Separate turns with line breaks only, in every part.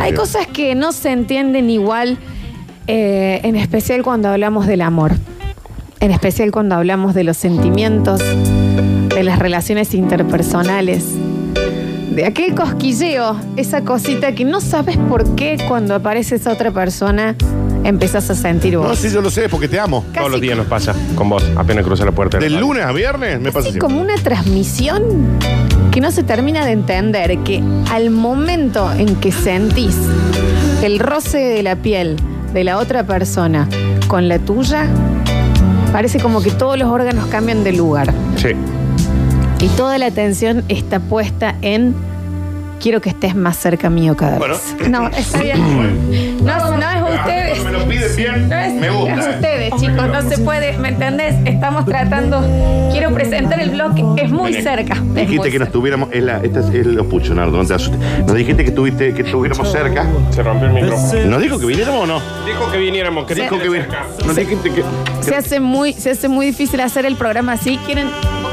Hay cosas que no se entienden igual, eh, en especial cuando hablamos del amor, en especial cuando hablamos de los sentimientos, de las relaciones interpersonales, de aquel cosquilleo, esa cosita que no sabes por qué cuando aparece esa otra persona empezás a sentir vos.
No, sí, yo lo sé, porque te amo.
Casi
Todos los días nos pasa con vos, apenas cruza la puerta.
Del
la-
lunes a viernes me pasa
Es
así.
como una transmisión que no se termina de entender, que al momento en que sentís el roce de la piel de la otra persona con la tuya, parece como que todos los órganos cambian de lugar
Sí.
y toda la atención está puesta en quiero que estés más cerca mío cada
Bueno.
vez. No, está bien. No, no es ustedes.
Me lo piden bien,
No es,
me gusta.
es
eh.
ustedes, chicos, no se puede, ¿me entendés? Estamos tratando, quiero presentar el blog, es muy
Vení.
cerca. es muy
Dijiste que
cerca.
nos tuviéramos. Es la, esta es, es lo pucho, Nardo, no te asustes. Nos dijiste que, tuviste, que estuviéramos cerca.
Se rompió el micrófono.
¿Nos dijo que viniéramos o no?
Dijo que viniéramos, que
Dijo que
viniéramos.
viniéramos. Nos dijiste que.
Se hace muy, se hace muy difícil hacer el programa así. Quieren,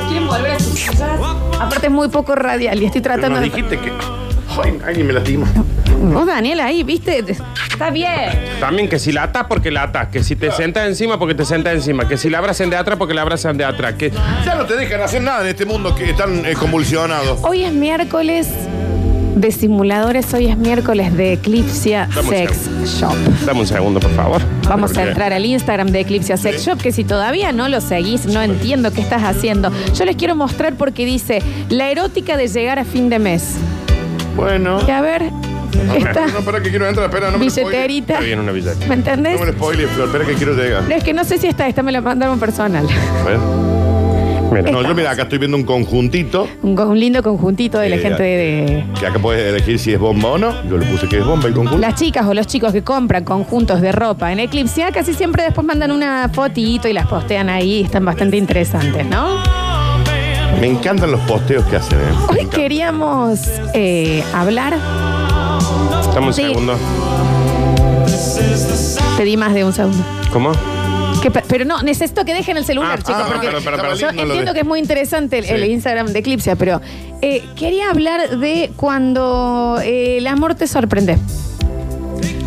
quieren volver a sus casas. Aparte es muy poco radial y estoy
pero
tratando
nos
de.
dijiste que. Ay, alguien me lastima.
Vos, Daniel, ahí, viste. Está bien.
También que si la atas porque la atas, que si te sentas encima porque te sentas encima, que si la abrazan de atrás porque la abrazan de atrás, que
Ya no te dejan hacer nada en este mundo que están eh, convulsionados.
Hoy es miércoles de simuladores, hoy es miércoles de Eclipsia
Estamos
Sex Shop.
Dame un segundo, por favor.
Vamos a
Porque-
entrar al Instagram de Eclipse Sex Shop, que si todavía no lo seguís, no entiendo qué estás haciendo. Yo les quiero mostrar porque dice, la erótica de llegar a fin de mes.
Bueno.
Y a ver, esta
No, espera que quiero entrar, espera, no me lo spoile.
billeterita,
Está bien una billete.
¿me entendés?
No me lo spoile, Flor, espera que quiero llegar.
No, es que no sé si está, esta me la mandaron personal.
A ver.
Mira,
No, yo mira, acá estoy viendo un conjuntito.
Un, co- un lindo conjuntito de la
Eh,
gente de...
Que acá puedes elegir si es bomba o no. Yo le puse que es bomba el conjunto.
Las chicas o los chicos que compran conjuntos de ropa en Eclipse casi siempre después mandan una fotito y las postean ahí, están bastante interesantes, ¿no?
Me encantan los posteos que hacen, ¿eh?
Hoy queríamos eh, hablar
dame un
Sí.
segundo.
Pedí más de un segundo.
¿Cómo?
Que pe- pero no, necesito que dejen el celular,
Ah,
chicos.
ah,
porque
perdón, perdón, perdón.
yo
No lo
entiendo
dejo.
que es muy interesante el, el
Sí.
Instagram de Eclipse, pero eh, quería hablar de cuando eh, el amor te sorprende.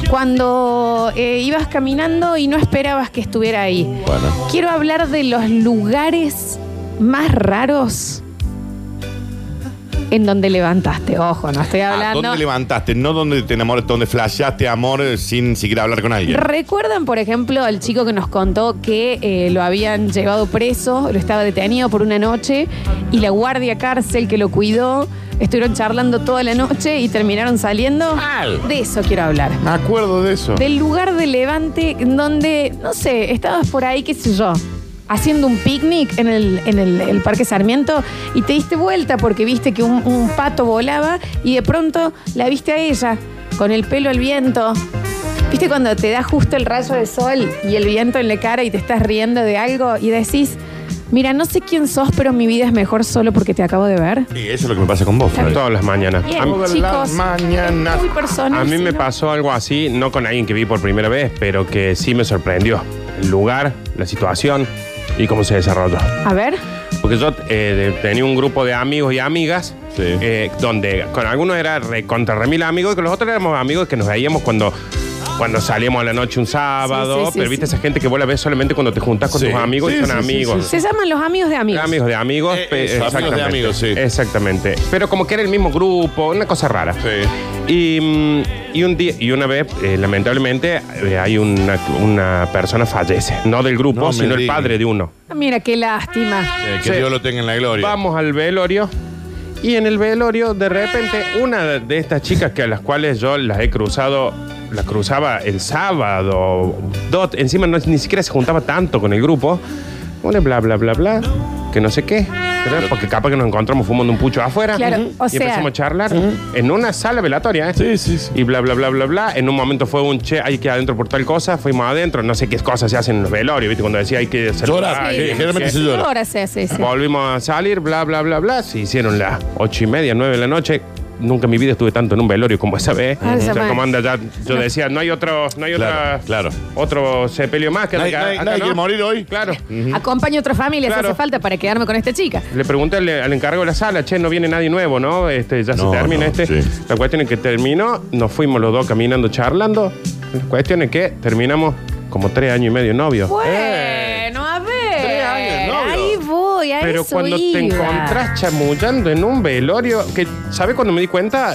Cuando eh, ibas caminando y no esperabas que estuviera ahí.
Bueno.
Quiero hablar de los lugares más raros en donde levantaste. Ojo, no estoy
Ah,
hablando.
¿Dónde levantaste? No donde te enamoras, donde flasheaste amor eh, sin siquiera hablar con alguien.
¿Recuerdan, por ejemplo, al chico que nos contó que eh, lo habían llevado preso, lo estaba detenido por una noche y la guardia cárcel que lo cuidó estuvieron charlando toda la noche y terminaron saliendo?
Mal.
De eso quiero hablar.
Me acuerdo de eso.
Del lugar de Levante en donde, no sé, estabas por ahí, qué sé yo, haciendo un picnic en el, en el, el Parque Sarmiento y te diste vuelta porque viste que un, un pato volaba y de pronto la viste a ella, con el pelo al viento. ¿Viste cuando te da justo el rayo de sol y el viento en la cara y te estás riendo de algo y decís, mira, no sé quién sos, pero mi vida es mejor solo porque te acabo de ver?
Sí, eso es lo que me pasa con vos, Flor.
Todas las mañanas.
Bien,
A mí-
Todas
chicos,
las mañanas.
es muy personal,
A mí me
sino-
pasó algo así, no con alguien que vi por primera vez, pero que sí me sorprendió. El lugar, la situación y cómo se desarrolló.
A ver,
Porque yo eh, de- tenía un grupo de amigos y amigas,
Sí.
eh, donde con algunos era re, contra remil amigos y con los otros éramos amigos que nos veíamos cuando, cuando salíamos a la noche un sábado.
Sí, sí, sí,
pero
sí.
viste esa gente que vos la ves solamente cuando te juntás con
Sí,
tus amigos
sí,
y son
sí, sí,
amigos.
se llaman los amigos de amigos.
Amigos de amigos,
Eh,
pe-
eso, amigos de
exactamente.
amigos, sí.
Exactamente. Pero como que era el mismo grupo, una cosa rara.
Sí.
Y, mm, y un día, y una vez, eh, lamentablemente, eh, hay una, una persona fallece. No del grupo,
No me
sino el
digas.
padre de uno.
Ah, Mira, qué lástima.
Eh, que
Sí.
Dios lo tenga en la gloria.
Vamos al velorio. Y en el velorio, de repente, una de estas chicas que a las cuales yo las he cruzado, las cruzaba el sábado, dot, encima no- ni siquiera se juntaba tanto con el grupo. Una bla, bla, bla, bla, que no sé qué. Pero porque capaz que nos encontramos fumando un pucho afuera.
Claro, o
y
sea-
empezamos a charlar en una sala velatoria, ¿eh?
Sí, sí, sí.
Y bla, bla, bla, bla, bla. En un momento fue un che, hay que ir adentro por tal cosa. Fuimos adentro, no sé qué cosas se hacen en los velorios, ¿viste? Cuando decía hay que
Llorar,
saludar,
sí,
hay que-
generalmente se llora.
Ahora se hace eso.
Volvimos a salir, bla, bla, bla, bla. Se hicieron las ocho y media, nueve de la noche. nunca en mi vida estuve tanto en un velorio como esa vez.
Ah,
O
esa
sea,
vez.
como anda ya, yo decía, no hay otro, no hay
Claro,
otra,
claro.
otro sepelio más que
Nadie-
acá-
nadie-
acá
nadie
no.
quiere morir hoy. Mm.
Claro.
Acompaño a otra familia si
Claro.
hace falta para quedarme con esta chica.
Le pregunté al, al encargo de la sala, che, no viene nadie nuevo, ¿no? Este, ya
No,
se termina
no,
este.
sí.
La cuestión es que terminó, nos fuimos los dos caminando, charlando. La cuestión es que terminamos como tres años y medio novios.
Bueno,
Eh.
a ver.
Tres años, novio.
Ahí voy, a
Pero
eso
cuando
iba.
te encontrás chamullando en un velorio, que ¿sabes cuando me di cuenta?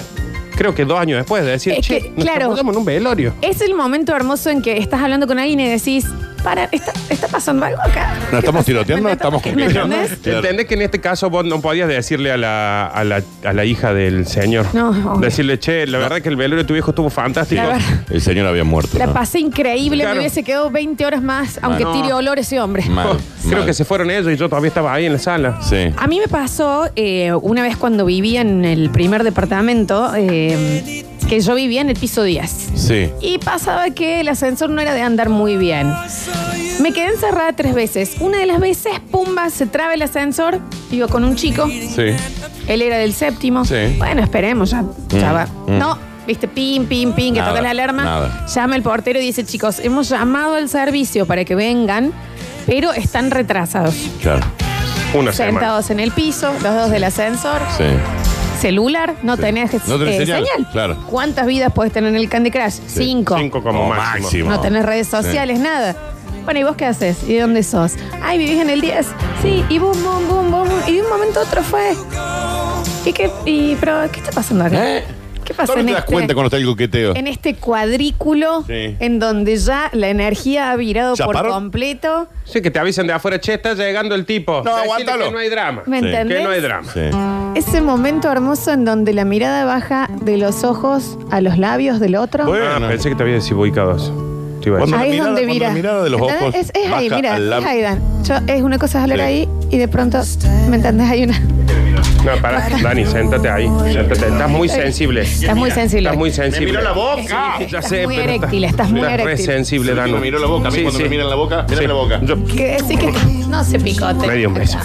Creo que dos años después de decir,
Es
che,
que,
nos
claro.
chamullamos en un velorio.
Es el momento hermoso en que estás hablando con alguien y decís, para, ¿está, está pasando algo acá?
No estamos tiroteando,
¿Me
estamos
entendés?
cumpliendo.
¿Me entendés?
Claro.
¿Entendés que en este caso vos no podías decirle a la, a la, a la hija del señor?
No, obvio.
Decirle, che, la verdad que el velorio de tu viejo estuvo fantástico.
La verdad.
El señor había muerto.
La
¿no?
pasé increíble,
Claro.
me hubiese quedado 20 horas más, aunque
No.
tire olor ese hombre.
Ah, Mal,
Creo
mal.
que se fueron ellos y yo todavía estaba ahí en la sala.
Sí.
A mí me pasó eh, una vez cuando vivía en el primer departamento, eh, que yo vivía en el piso 10.
Sí.
Y pasaba que el ascensor no era de andar muy bien. Me quedé encerrada tres veces. Una de las veces, pumba, se traba el ascensor. Iba con un chico.
Sí.
Él era del séptimo.
Sí.
Bueno, esperemos, ya, ya
Mm,
va.
mm.
No, viste, pim, pim, pim, que
Nada,
toca la alarma.
nada.
Llama el portero y dice, chicos, hemos llamado al servicio para que vengan, pero están retrasados.
Claro.
Una semana.
Sentados en el piso, los dos del ascensor,
Sí.
celular, no tenés, eh,
No tenés señal, claro.
¿Cuántas vidas podés tener en el Candy Crush? Cinco.
Cinco como
Como
máximo.
máximo.
No tenés redes sociales, nada. Bueno, ¿y vos qué haces? ¿Y de dónde sos? Ay, vivís en el 10. Sí, y boom, boom, boom, boom. Y de un momento a otro fue. ¿Y qué? Y, pero, ¿qué está pasando acá?
¿Eh?
¿Qué pasa
¿Cómo
en
te das
este,
cuenta cuando está el coqueteo?
en este cuadrículo
Sí.
en donde ya la energía ha virado
¿Ya
por
paró?
completo?
Sí, que te avisen de afuera, che, está llegando el tipo. Decile
aguántalo.
Que no hay drama.
¿Me
Sí.
entendés?
Que no hay drama.
Sí.
Ese momento hermoso en donde la mirada baja de los ojos a los labios del otro.
Bueno,
Ah, pensé que te había decidido ubicados. Te iba a
Cuando
decir.
la
Ahí es
mirada-
donde
cuando
mira.
la mirada de los
¿Entendés?
ojos
Es, es ahí,
baja
mira.
al lab-
Es ahí, Dan. Yo, es una cosa es hablar
Sí.
ahí y de pronto, ¿me entendés? Hay una.
No, para, Dani, siéntate ahí. Siéntate. Estás muy sensible.
Estás muy sensible.
Estás muy sensible.
Me miró la boca.
Ya
Estás
sé,
muy
pero
eréctil, estás muy
re
eréctil.
sensible, Danu.
Me miró la boca. A mí cuando me miran la boca, mírame
Sí.
la boca.
Yo-
Que decís que no se picote.
medio un beso.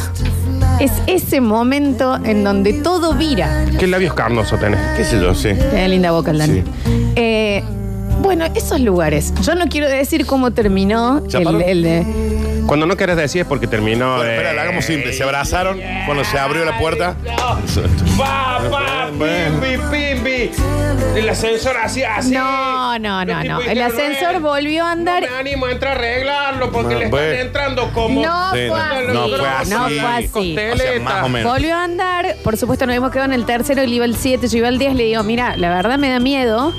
Es ese momento en donde todo vira.
¿Qué labios carnosos tenés?
¿Qué sé yo? Sí.
Tiene linda boca el Dani.
Sí.
Eh, bueno, esos lugares. Yo no quiero decir cómo terminó
¿Ya
el,
paró?
el de.
Cuando no querés decir es porque terminó.
Bueno,
eh,
espera, la hagamos simple. Se abrazaron cuando se abrió la puerta. Exacto.
Pa, pa,
Bueno.
pimbi, pimbi. El ascensor así, así.
No, no,
Los
no,
tipos
no. El
dijeron,
ascensor
"Eh,
volvió a andar".
No me animo a entrar a arreglarlo porque
No,
le están
bueno.
entrando como.
No,
Sí,
fue
no,
así,
no fue así.
No fue así.
O sea, más o menos.
Volvió a andar, por supuesto nos hemos quedado en el tercero, él iba al 7, yo iba al 10, le digo, mira, la verdad me da miedo.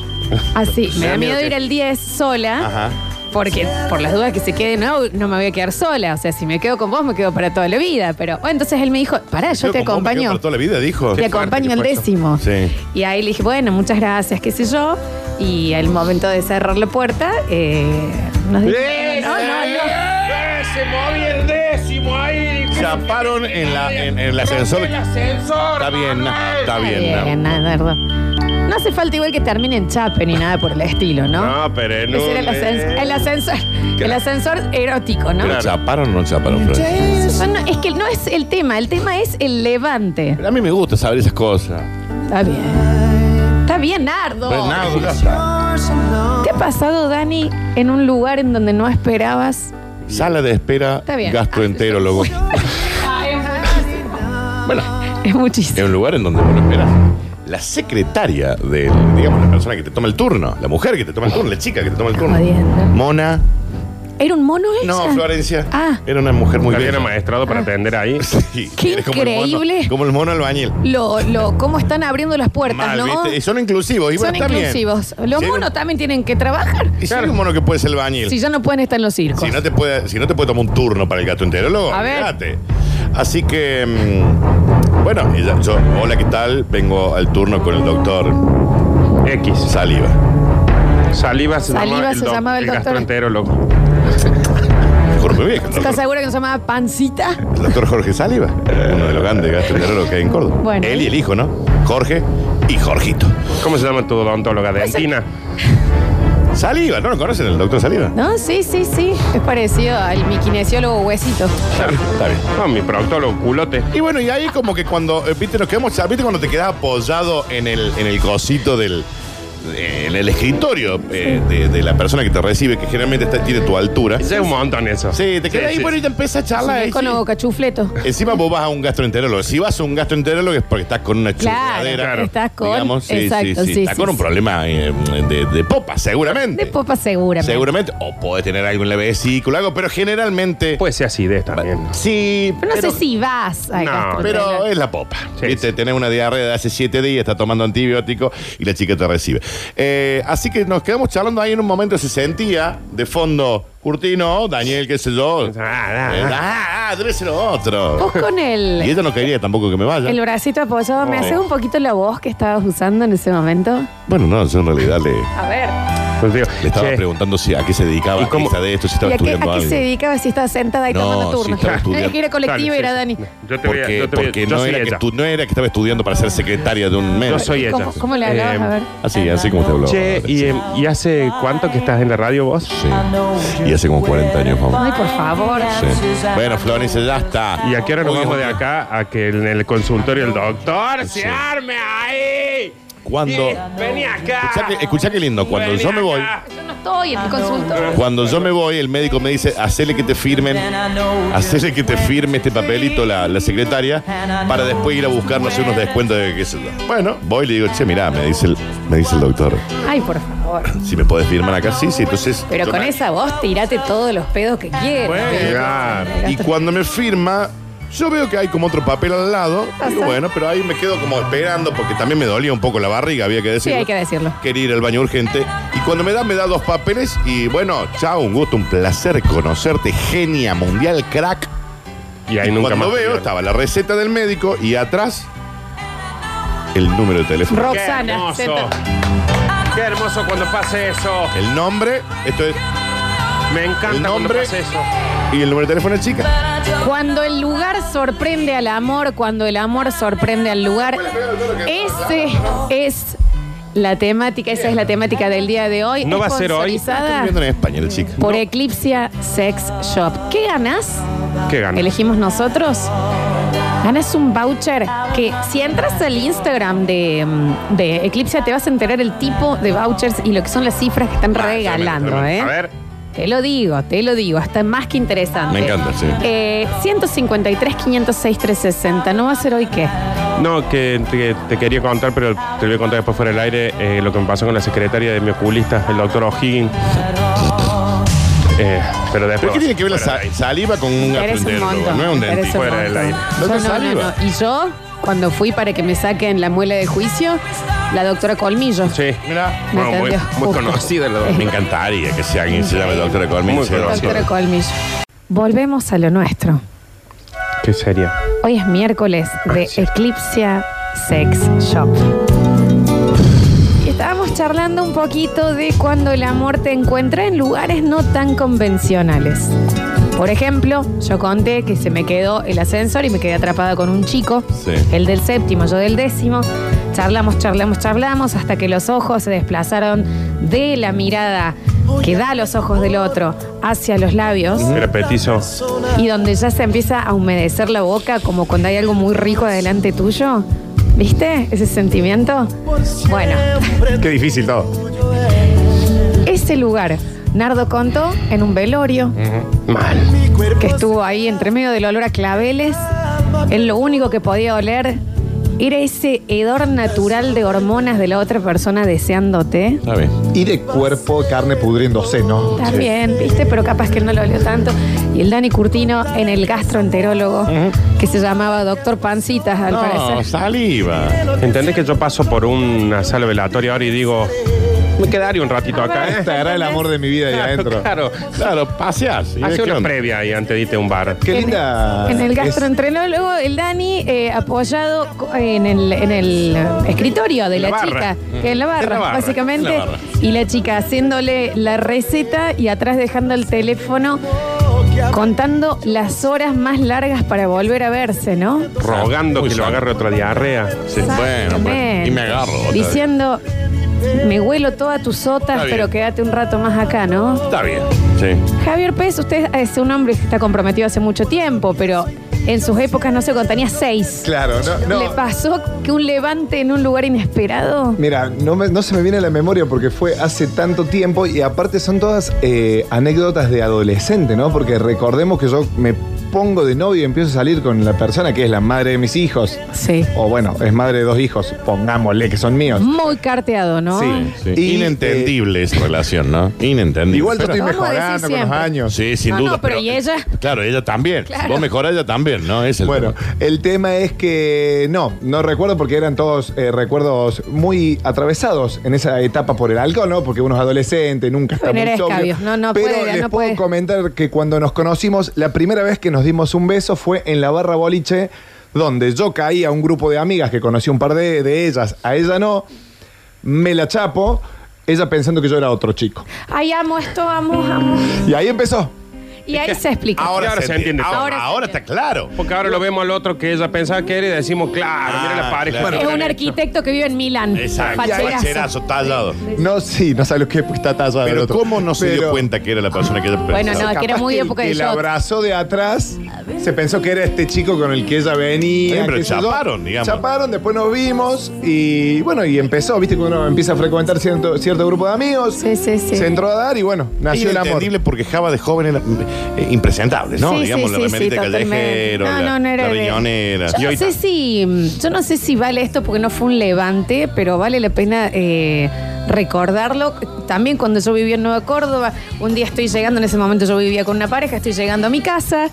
Así, me da miedo
que-
ir al 10 sola.
Ajá.
Porque por las dudas que se quede, no, no me voy a quedar sola. O sea, si me quedo con vos, me quedo para toda la vida. Pero bueno, entonces él me dijo, pará, yo
Creo
te
que como me quedo
acompaño.
para toda la vida, dijo.
Te acompaño al décimo.
Sí.
Y ahí le dije, bueno, muchas gracias, qué sé yo. Y al momento de cerrar la puerta, eh, nos dijo,
¡Ese!
no, no, no.
¡Eh, Se movía el décimo ahí.
Chaparon en, la, en, en el ascensor.
El ascensor.
Está bien,
Manuel.
está bien.
Está bien,
no.
Nardo. No hace falta igual que termine en Chape ni nada por el estilo, ¿no?
No, pero en
Ese era
un-
el ascensor, el ascensor, el ascensor erótico, ¿no?
¿Pero
Claro.
chaparon o no chaparon, Flor?
Eso no- es que no es el tema, el tema es el levante.
Pero a mí me gusta saber esas cosas.
Está bien. Está bien, Nardo.
Pero nada, ya está.
¿Te ha pasado, Dani, en un lugar en donde no esperabas?
Sala de espera,
Está bien. Ah,
gastroenterólogo. bueno,
Es muchísimo.
es un lugar en donde vos lo esperas. La secretaria de, digamos, la persona que te toma el turno, la mujer que te toma el turno, la chica que te toma el turno.
Jodiendo.
Mona.
¿Era un mono ella?
No, Florencia.
Ah.
Era una mujer muy
Muy bien
bella.
amaestrado para atender ahí.
Sí,
Qué
eres como el mono-
increíble.
Como el mono albañil.
Lo, lo, ¿Cómo están abriendo las puertas,
Mal,
no?
¿viste? Y son inclusivos. Y
Son
bueno, está bien.
inclusivos. Los
Si hay un-
monos también tienen que trabajar.
Y si hay
Claro.
un mono que puede ser albañil.
Si ya no pueden estar en los circos.
Si no te puede, si no te puede tomar un turno para el gato enterólogo,
A ver.
olvídate. Así que, mm, bueno, ella- yo, hola, ¿qué tal? Vengo al turno con el doctor
X.
Saliva.
Saliva se,
Saliva
llamaba, el
se
doc-
llamaba el doctor.
gastroenterólogo.
Mejor me voy a-
¿Estás segura que se llamaba Pancita?
El doctor Jorge Saliva, uno de los grandes gastroenterólogos que hay en Córdoba.
Bueno.
Él y el hijo, ¿no? Jorge y Jorgito.
Pues, eh,
¿Cómo se llama tu odontóloga? ¿Dentina?
Saliva, ¿no lo conocen el doctor Saliva?
No, sí, sí, sí. Es parecido al mi kinesiólogo huesito.
Está bien.
No, mi proctólogo culote.
Y bueno, y ahí como que cuando, eh, viste, nos quedamos, ¿sabes? viste cuando te quedas apoyado en el, en el cosito del, de- en el escritorio eh, de, de la persona que te recibe, que generalmente está, tiene tu altura.
Ya es un montón eso.
Sí, te quedas ahí,
sí.
bueno, y te empieza a charlar. ahí,
Con
sí.
cachufleto.
Encima vos vas a un gastroenterólogo. Si vas a un gastroenterólogo es porque estás con una
Claro,
churradera.
claro.
estás con-
digamos, sí, sí,
exacto,
sí,
sí,
Estás
sí,
con un
sí.
problema eh, de, de popa, seguramente.
De popa segura.
Seguramente. O puede tener algo en la vesícula, algo, pero generalmente.
Puede ser así de también.
sí.
Pero no
pero-
sé si vas a
No,
Pero eh, es la popa.
Sí,
¿Viste?
sí.
Tenés una diarrea de hace siete días, está tomando antibiótico y la chica te recibe. Eh, así que nos quedamos charlando ahí en un momento, se sentía de fondo Curtino, Daniel, qué sé yo.
Ah,
Eh,
ah, ah.
Ah, ah, debe ser otro.
Vos con
Y
el,
ella no quería tampoco que me vaya.
el bracito apoyado, ¿me
No.
haces un poquito la voz que estabas usando en ese momento?
Bueno, no, yo en realidad le,
A ver.
Pues digo,
le estaba
che,
preguntando si a qué se dedicaba,
¿Y cómo?
esta de esto, si
¿Y
estaba
a qué, a
estudiando
qué
algo.
se dedicaba si estaba sentada y
No,
tomando
sí,
turno?
estaba estudiando.
Era que era colectivo,
dale,
era
sí,
Dani.
sí. Yo te voy a-
Porque,
yo te voy a-
porque
yo
no,
soy
era que
ella.
estu- no era que estaba estudiando para ser secretaria de un
Yo
médico.
soy ella.
¿Cómo, cómo le hablabas?
Eh,
a ver.
Así, así como te habló.
Che, y, em, ¿y hace cuánto que estás en la radio vos?
Sí. Y hace como 40 años, mamá.
Ay, por favor.
Sí. Bueno, Florencia, ya está.
¿Y a qué hora nos
Hoy
vamos
es-
de acá a que en el consultorio el doctor se arme ahí?
Cuando-
Y- Vení acá.
Escuchá que- escuchá qué lindo, cuando
Vení
yo me voy- Ah,
acá.
Yo no estoy en tu consultorio.
Cuando yo me voy, el médico me dice, hacele que te firmen, hacele que te firme este papelito la, la secretaria para después ir a buscar, no sé, unos descuentos de qué sé yo. Bueno, voy y le digo, che, mirá, me dice el, me dice el doctor,
Ay, por favor.
si me podés firmar acá, sí, sí, entonces...
Pero
yo
con
me-
esa voz tirate todos los pedos que quieras.
Bueno, claro.
Y cuando me firma, yo veo que hay como otro papel al lado, digo,
Ajá.
bueno, pero ahí me quedo como esperando porque también me dolía un poco la barriga, había que
Sí,
decirlo.
hay que decirlo.
quería ir al baño urgente. Y cuando me da, me da dos papeles. Y bueno, chao, un gusto, un placer conocerte, genia mundial, crack.
Y ahí nunca
cuando
más.
veo, estaba la receta del médico y atrás el número de teléfono.
Ro-
Qué
Roxana,
hermoso.
Z.
Qué hermoso cuando pase eso.
El nombre, esto es,
Me encanta
El
cuando
nombre.
pase eso.
y el número de teléfono de chica.
Cuando el lugar sorprende al amor, cuando el amor sorprende al lugar, ese es la temática, esa es la temática del día de hoy.
No va a ser hoy.
Esponsorizada
Estoy viviendo en España, la chica.
Por Eclipsia Sex Shop. ¿Qué ganas?
¿Qué gana?
Elegimos nosotros. Ganas un voucher que si entras al Instagram de, mm, de Eclipsia te vas a enterar el tipo de vouchers y lo que son las cifras que están regalando, ¿eh?
A ver,
Te lo digo, te lo digo, está más que interesante.
Me encanta, sí.
Eh, 153, 506, 360. ¿No va a ser hoy qué?
no, que te, te quería contar, pero te lo voy a contar después fuera del aire, eh, lo que me pasó con la secretaria de mi oculista, el doctor O'Higgins. Eh, pero
¿Pero
después.
qué tiene que ver la sa- saliva con un
Eres un
gastroenterólogo?
montón.
No es un
me parece
dentista.
un
fuera del
montón.
aire.
No te
Yo no, no,
saliva.
no. Y yo, cuando fui para que me saquen la muela de juicio, la doctora Colmillo.
Sí.
Mira,
Bueno, muy,
Natalia,
muy
justo.
conocida la
me
doctora.
encantaría que sea alguien se llame doctora Colmín.
Muy conocido.
Doctora Colmillo. Volvemos a lo nuestro.
¿Qué sería?
Hoy es miércoles de
sí.
Eclipsia Sex Shop. Y estábamos charlando un poquito de cuando el amor te encuentra en lugares no tan convencionales. Por ejemplo, yo conté que se me quedó el ascensor y me quedé atrapada con un chico,
Sí.
el del séptimo, yo del décimo. Charlamos, charlamos, charlamos hasta que los ojos se desplazaron de la mirada que da los ojos del otro hacia los labios.
Era petizo.
Y donde ya se empieza a humedecer la boca, como cuando hay algo muy rico adelante tuyo. ¿Viste ese sentimiento? Bueno,
Qué difícil todo.
ese Este lugar, Nardo contó en un velorio
Mal.
que estuvo ahí entre medio del olor a claveles. Él lo único que podía oler era ese hedor natural de hormonas de la otra persona deseándote.
Está bien.
Y de cuerpo, carne pudriéndose, ¿no?
Está bien, ¿viste? Pero capaz que no lo olió tanto. Y el Dani Curtino en el gastroenterólogo, que se llamaba Doctor Pancitas, al
No,
parecer.
saliva.
¿Entendés que yo paso por una sala velatoria ahora y digo, me quedaría un ratito
A ver,
acá? ¿eh?
este
Esta era el amor de mi vida ahí adentro.
Claro.
Claro, paseás. y ves
Hace
qué
una
onda.
previa ahí antes de irte a un bar.
Qué
En-
linda.
En el
es-
gastroenterólogo, el Dani, eh, apoyado co- en el, en el escritorio de
En la
la,
barra.
chica,
Mm.
que en la barra,
En la barra,
básicamente,
en la barra.
y la chica haciéndole la receta y atrás dejando el teléfono, contando las horas más largas para volver a verse, ¿no?
Rogando
Muy
que lo
sano.
agarre otra diarrea.
Sí, bueno, pues,
Exactamente.
y me agarro. otra vez.
Diciendo, Me huelo todas tus sotas,
Está bien.
pero quédate un rato más acá, ¿no?
Está bien. Sí.
Javier Pérez, usted es un hombre que está comprometido hace mucho tiempo, pero en sus épocas, no sé, cuando tenía seis.
Claro, no, no.
¿Le pasó que un levante en un lugar inesperado?
Mira, no, me- no se me viene a la memoria porque fue hace tanto tiempo y aparte son todas eh, anécdotas de adolescente, ¿no? Porque recordemos que yo me pongo de novio y empiezo a salir con la persona que es la madre de mis hijos.
Sí.
O bueno, es madre de dos hijos, pongámosle que son míos.
Muy carteado, ¿no?
Sí.
Sí.
Y,
Inentendible esa relación, ¿no? Inentendible.
Igual yo
Pero-
estoy
Vamos a decir
mejorando con los
siempre.
años.
Sí, sin
No,
duda.
no, pero ¿y ella?
Claro, ella también.
Claro.
Vos mejorás ella también, ¿no? Es el
Bueno,
tema.
el tema es que no, no recuerdo porque eran todos eh, recuerdos muy atravesados en esa etapa por el alcohol, ¿no? Porque uno es adolescente, nunca está
Genera
muy sobrio.
escabios. No, no
Pero
puede,
les
no
puedo
puede.
comentar que cuando nos conocimos, la primera vez que nos dimos un beso fue en la barra boliche, donde yo caí a un grupo de amigas que conocí un par de, de ellas, a ella no, me la chapo, ella pensando que yo era otro chico.
Ay, amo esto, amo, amo.
Y ahí empezó.
Y ahí se explica.
Ahora, se entiende.
todo.
Ahora,
Ahora se
ahora está
entiende.
claro.
Porque ahora lo vemos al otro que ella pensaba que era y decimos, claro,
Ah,
mira la pareja.
claro.
que
es
le
un
han hecho.
arquitecto que vive en Milán.
Exacto.
Facherazo.
Facherazo, tallado.
No, sí, no sabe lo que está tallado. el
Pero
otro.
¿cómo no se dio
Pero-
cuenta que era la persona que ella pensaba?
Bueno, no, que era
Capaz
muy
que el
época
que
de
la
shots.
abrazó de atrás, se pensó que era este chico con el que ella venía.
Sí, pero
qué sé yo.
chaparon, digamos.
Chaparon, después nos vimos y bueno, y empezó, viste, cuando uno empieza a frecuentar cierto, cierto grupo de amigos.
Sí, sí, sí.
Se entró a dar y bueno, nació el amor.
Inentendible porque Java de joven era mm, eh, impresentable, ¿no?
Sí,
Digamos,
sí,
la
sí,
remerita
sí, totalmente.
callejero,
No,
la,
no, no era
la
de-
riñonera.
Yo no, sé si, yo no sé si vale esto porque no fue un levante, pero vale la pena eh, recordarlo. También cuando yo vivía en Nueva Córdoba, un día estoy llegando, en ese momento yo vivía con una pareja, estoy llegando a mi casa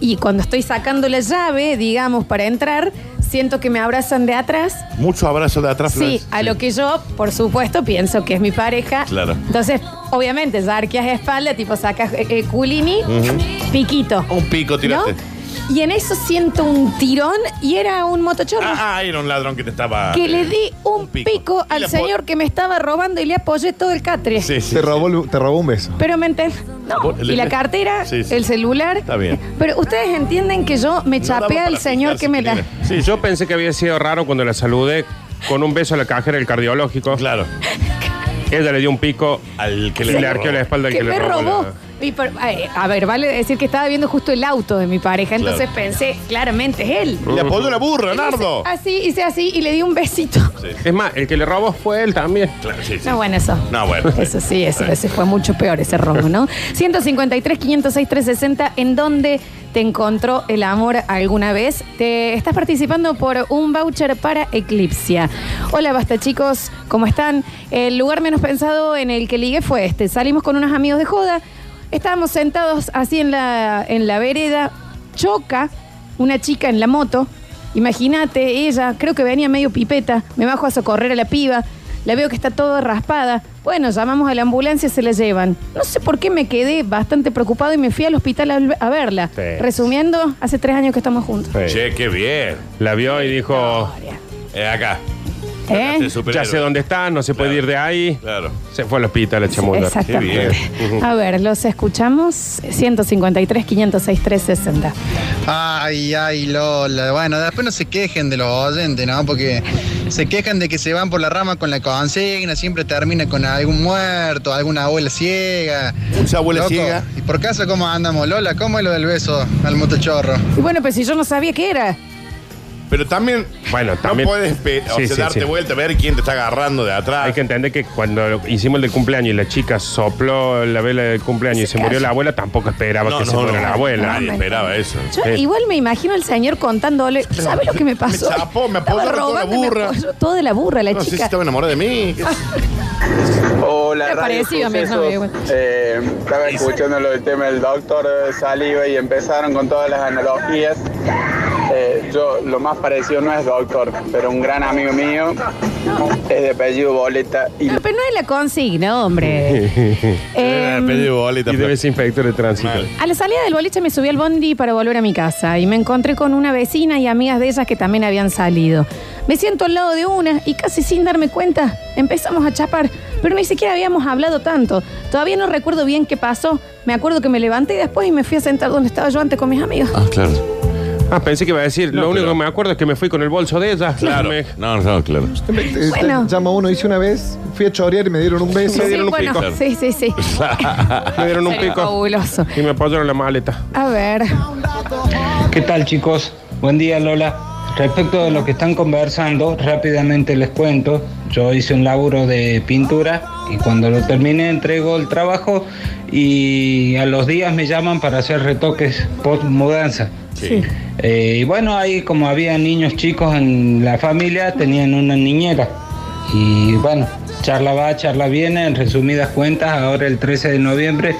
y cuando estoy sacando la llave, digamos, para entrar, siento que me abrazan de atrás.
Mucho abrazo de atrás.
Sí,
Flores.
a lo que yo, por supuesto, pienso que es mi pareja.
Claro.
Entonces, obviamente, ya arqueas espalda, tipo sacas eh, eh, culini, piquito.
Un pico tiraste.
¿no? Y en eso siento un tirón y era un motochorro.
Ah, ah, era un ladrón que te estaba.
que
eh,
le di un pico,
Y
al
la po-
señor que me estaba robando y le apoyé todo el catre.
Sí, sí.
te, robó, el- te robó un beso.
Pero me enten- No.
Vos-
Y la cartera,
Sí, sí.
el celular.
Está bien.
Pero ustedes entienden que yo me
No
chapé
daba
al
para
señor
fijarse
que me
quién
la.
era.
Sí, yo pensé que había sido raro cuando la saludé con un beso a la cajera del cardiológico.
Claro.
Ella le dio un pico
Al que
que
le,
le,
robó.
arqueó la espalda al
que
que,
me
le robó.
robó.
la-
Y por- ay, a ver, vale decir que estaba viendo justo el auto de mi pareja,
Claro.
entonces pensé, claramente es él.
Le apoyó la burra, Nardo.
Así, hice así y le di un besito.
Es más, el que le robó fue él también.
Claro, sí, sí.
No, bueno, eso.
No, bueno.
Eso sí, eso,
Está
ese fue mucho peor ese robo, ¿no? 153, 506, 360, ¿en dónde te encontró el amor alguna vez? Te estás participando por un voucher para Eclipsia. Hola, basta chicos, ¿cómo están? El lugar menos pensado en el que ligué fue este. Salimos con unos amigos de joda, estábamos sentados así en la, en la vereda, choca una chica en la moto. Imagínate, ella, creo que venía medio pipeta, me bajo a socorrer a la piba, la veo que está toda raspada. Bueno, llamamos a la ambulancia, se la llevan. No sé por qué me quedé bastante preocupado y me fui al hospital a, a verla.
Sí.
Resumiendo, hace tres años que estamos juntos.
bien. Che, qué bien.
La vio y dijo,
Eh, acá.
¿Eh?
Este superhéroe.
ya sé dónde está, no se puede
Claro.
ir de ahí.
Claro.
Se fue a la pita la chamunda.
Exactamente.
Qué bien.
A ver, los escuchamos. 153, 506, 360.
Ay, ay, Lola. Bueno, después no se quejen de los oyentes, ¿no? Porque se quejan de que se van por la rama con la consigna, siempre termina con algún muerto, alguna abuela ciega.
Mucha abuela
Loco,
ciega.
¿Y por caso cómo andamos, Lola? ¿Cómo es lo del beso al motochorro?
Y bueno, pero si yo no sabía qué era.
Pero también.
Bueno,
No
también-
puedes pe- o
Sí,
sea,
sí,
darte
sí.
vuelta, ver quién te está agarrando de atrás.
Hay que entender que cuando lo- hicimos el del cumpleaños y la chica sopló la vela del cumpleaños y se murió la abuela, tampoco esperaba
No,
que se
no, no.
fuera la abuela.
Nadie esperaba eso.
Yo
Sí.
igual me imagino al señor contándole, ¿sabes lo que me pasó?
Me chapó, me apoyó
Estaba
toda la
robando, me
burra.
apoyó toda la burra, la
No sé si
chica.
estaba enamorada de mí. qué sé yo.
Hola,
Era
Radio
parecido a mi
Sucesos.
novio, bueno.
Eh, estaba escuchando lo del tema del doctor eh, Saliva y empezaron con todas las analogías. Eh, yo lo más parecido no es doctor, pero un gran amigo mío es de apellido Boleta y
No, pero no es la consigna, hombre.
Eh,
Em,
pedí boleta,
Y
pero-
debe ser inspector de tránsito.
Mal.
a la salida del boliche me subí al bondi para volver a mi casa y me encontré con una vecina y amigas de ellas que también habían salido. Me siento al lado de una y casi sin darme cuenta empezamos a chapar, pero ni siquiera habíamos hablado tanto. Todavía no recuerdo bien qué pasó. Me acuerdo que me levanté después y me fui a sentar donde estaba yo antes con mis amigos.
Ah, claro.
Ah, pensé que iba a decir,
No,
lo único
pero-
que me acuerdo es que me fui con el bolso de ella.
Claro.
Me-
No, no, claro.
Te-
Bueno.
te Llama uno, hice una vez, fui a chorear y me dieron un beso.
Me dieron
Sí,
un
bueno,
pico.
sí, sí, sí.
Me dieron un
Sería
pico.
fabuloso.
Y me apoyaron la maleta.
A ver.
¿Qué tal chicos? Buen día Lola. Respecto de lo que están conversando, rápidamente les cuento. Yo hice un laburo de pintura y cuando lo terminé entrego el trabajo y a los días me llaman para hacer retoques post mudanza.
Sí.
Eh, y bueno, ahí como había niños chicos en la familia, tenían una niñera. Y bueno, charla va, charla viene, en resumidas cuentas, ahora el 13 de noviembre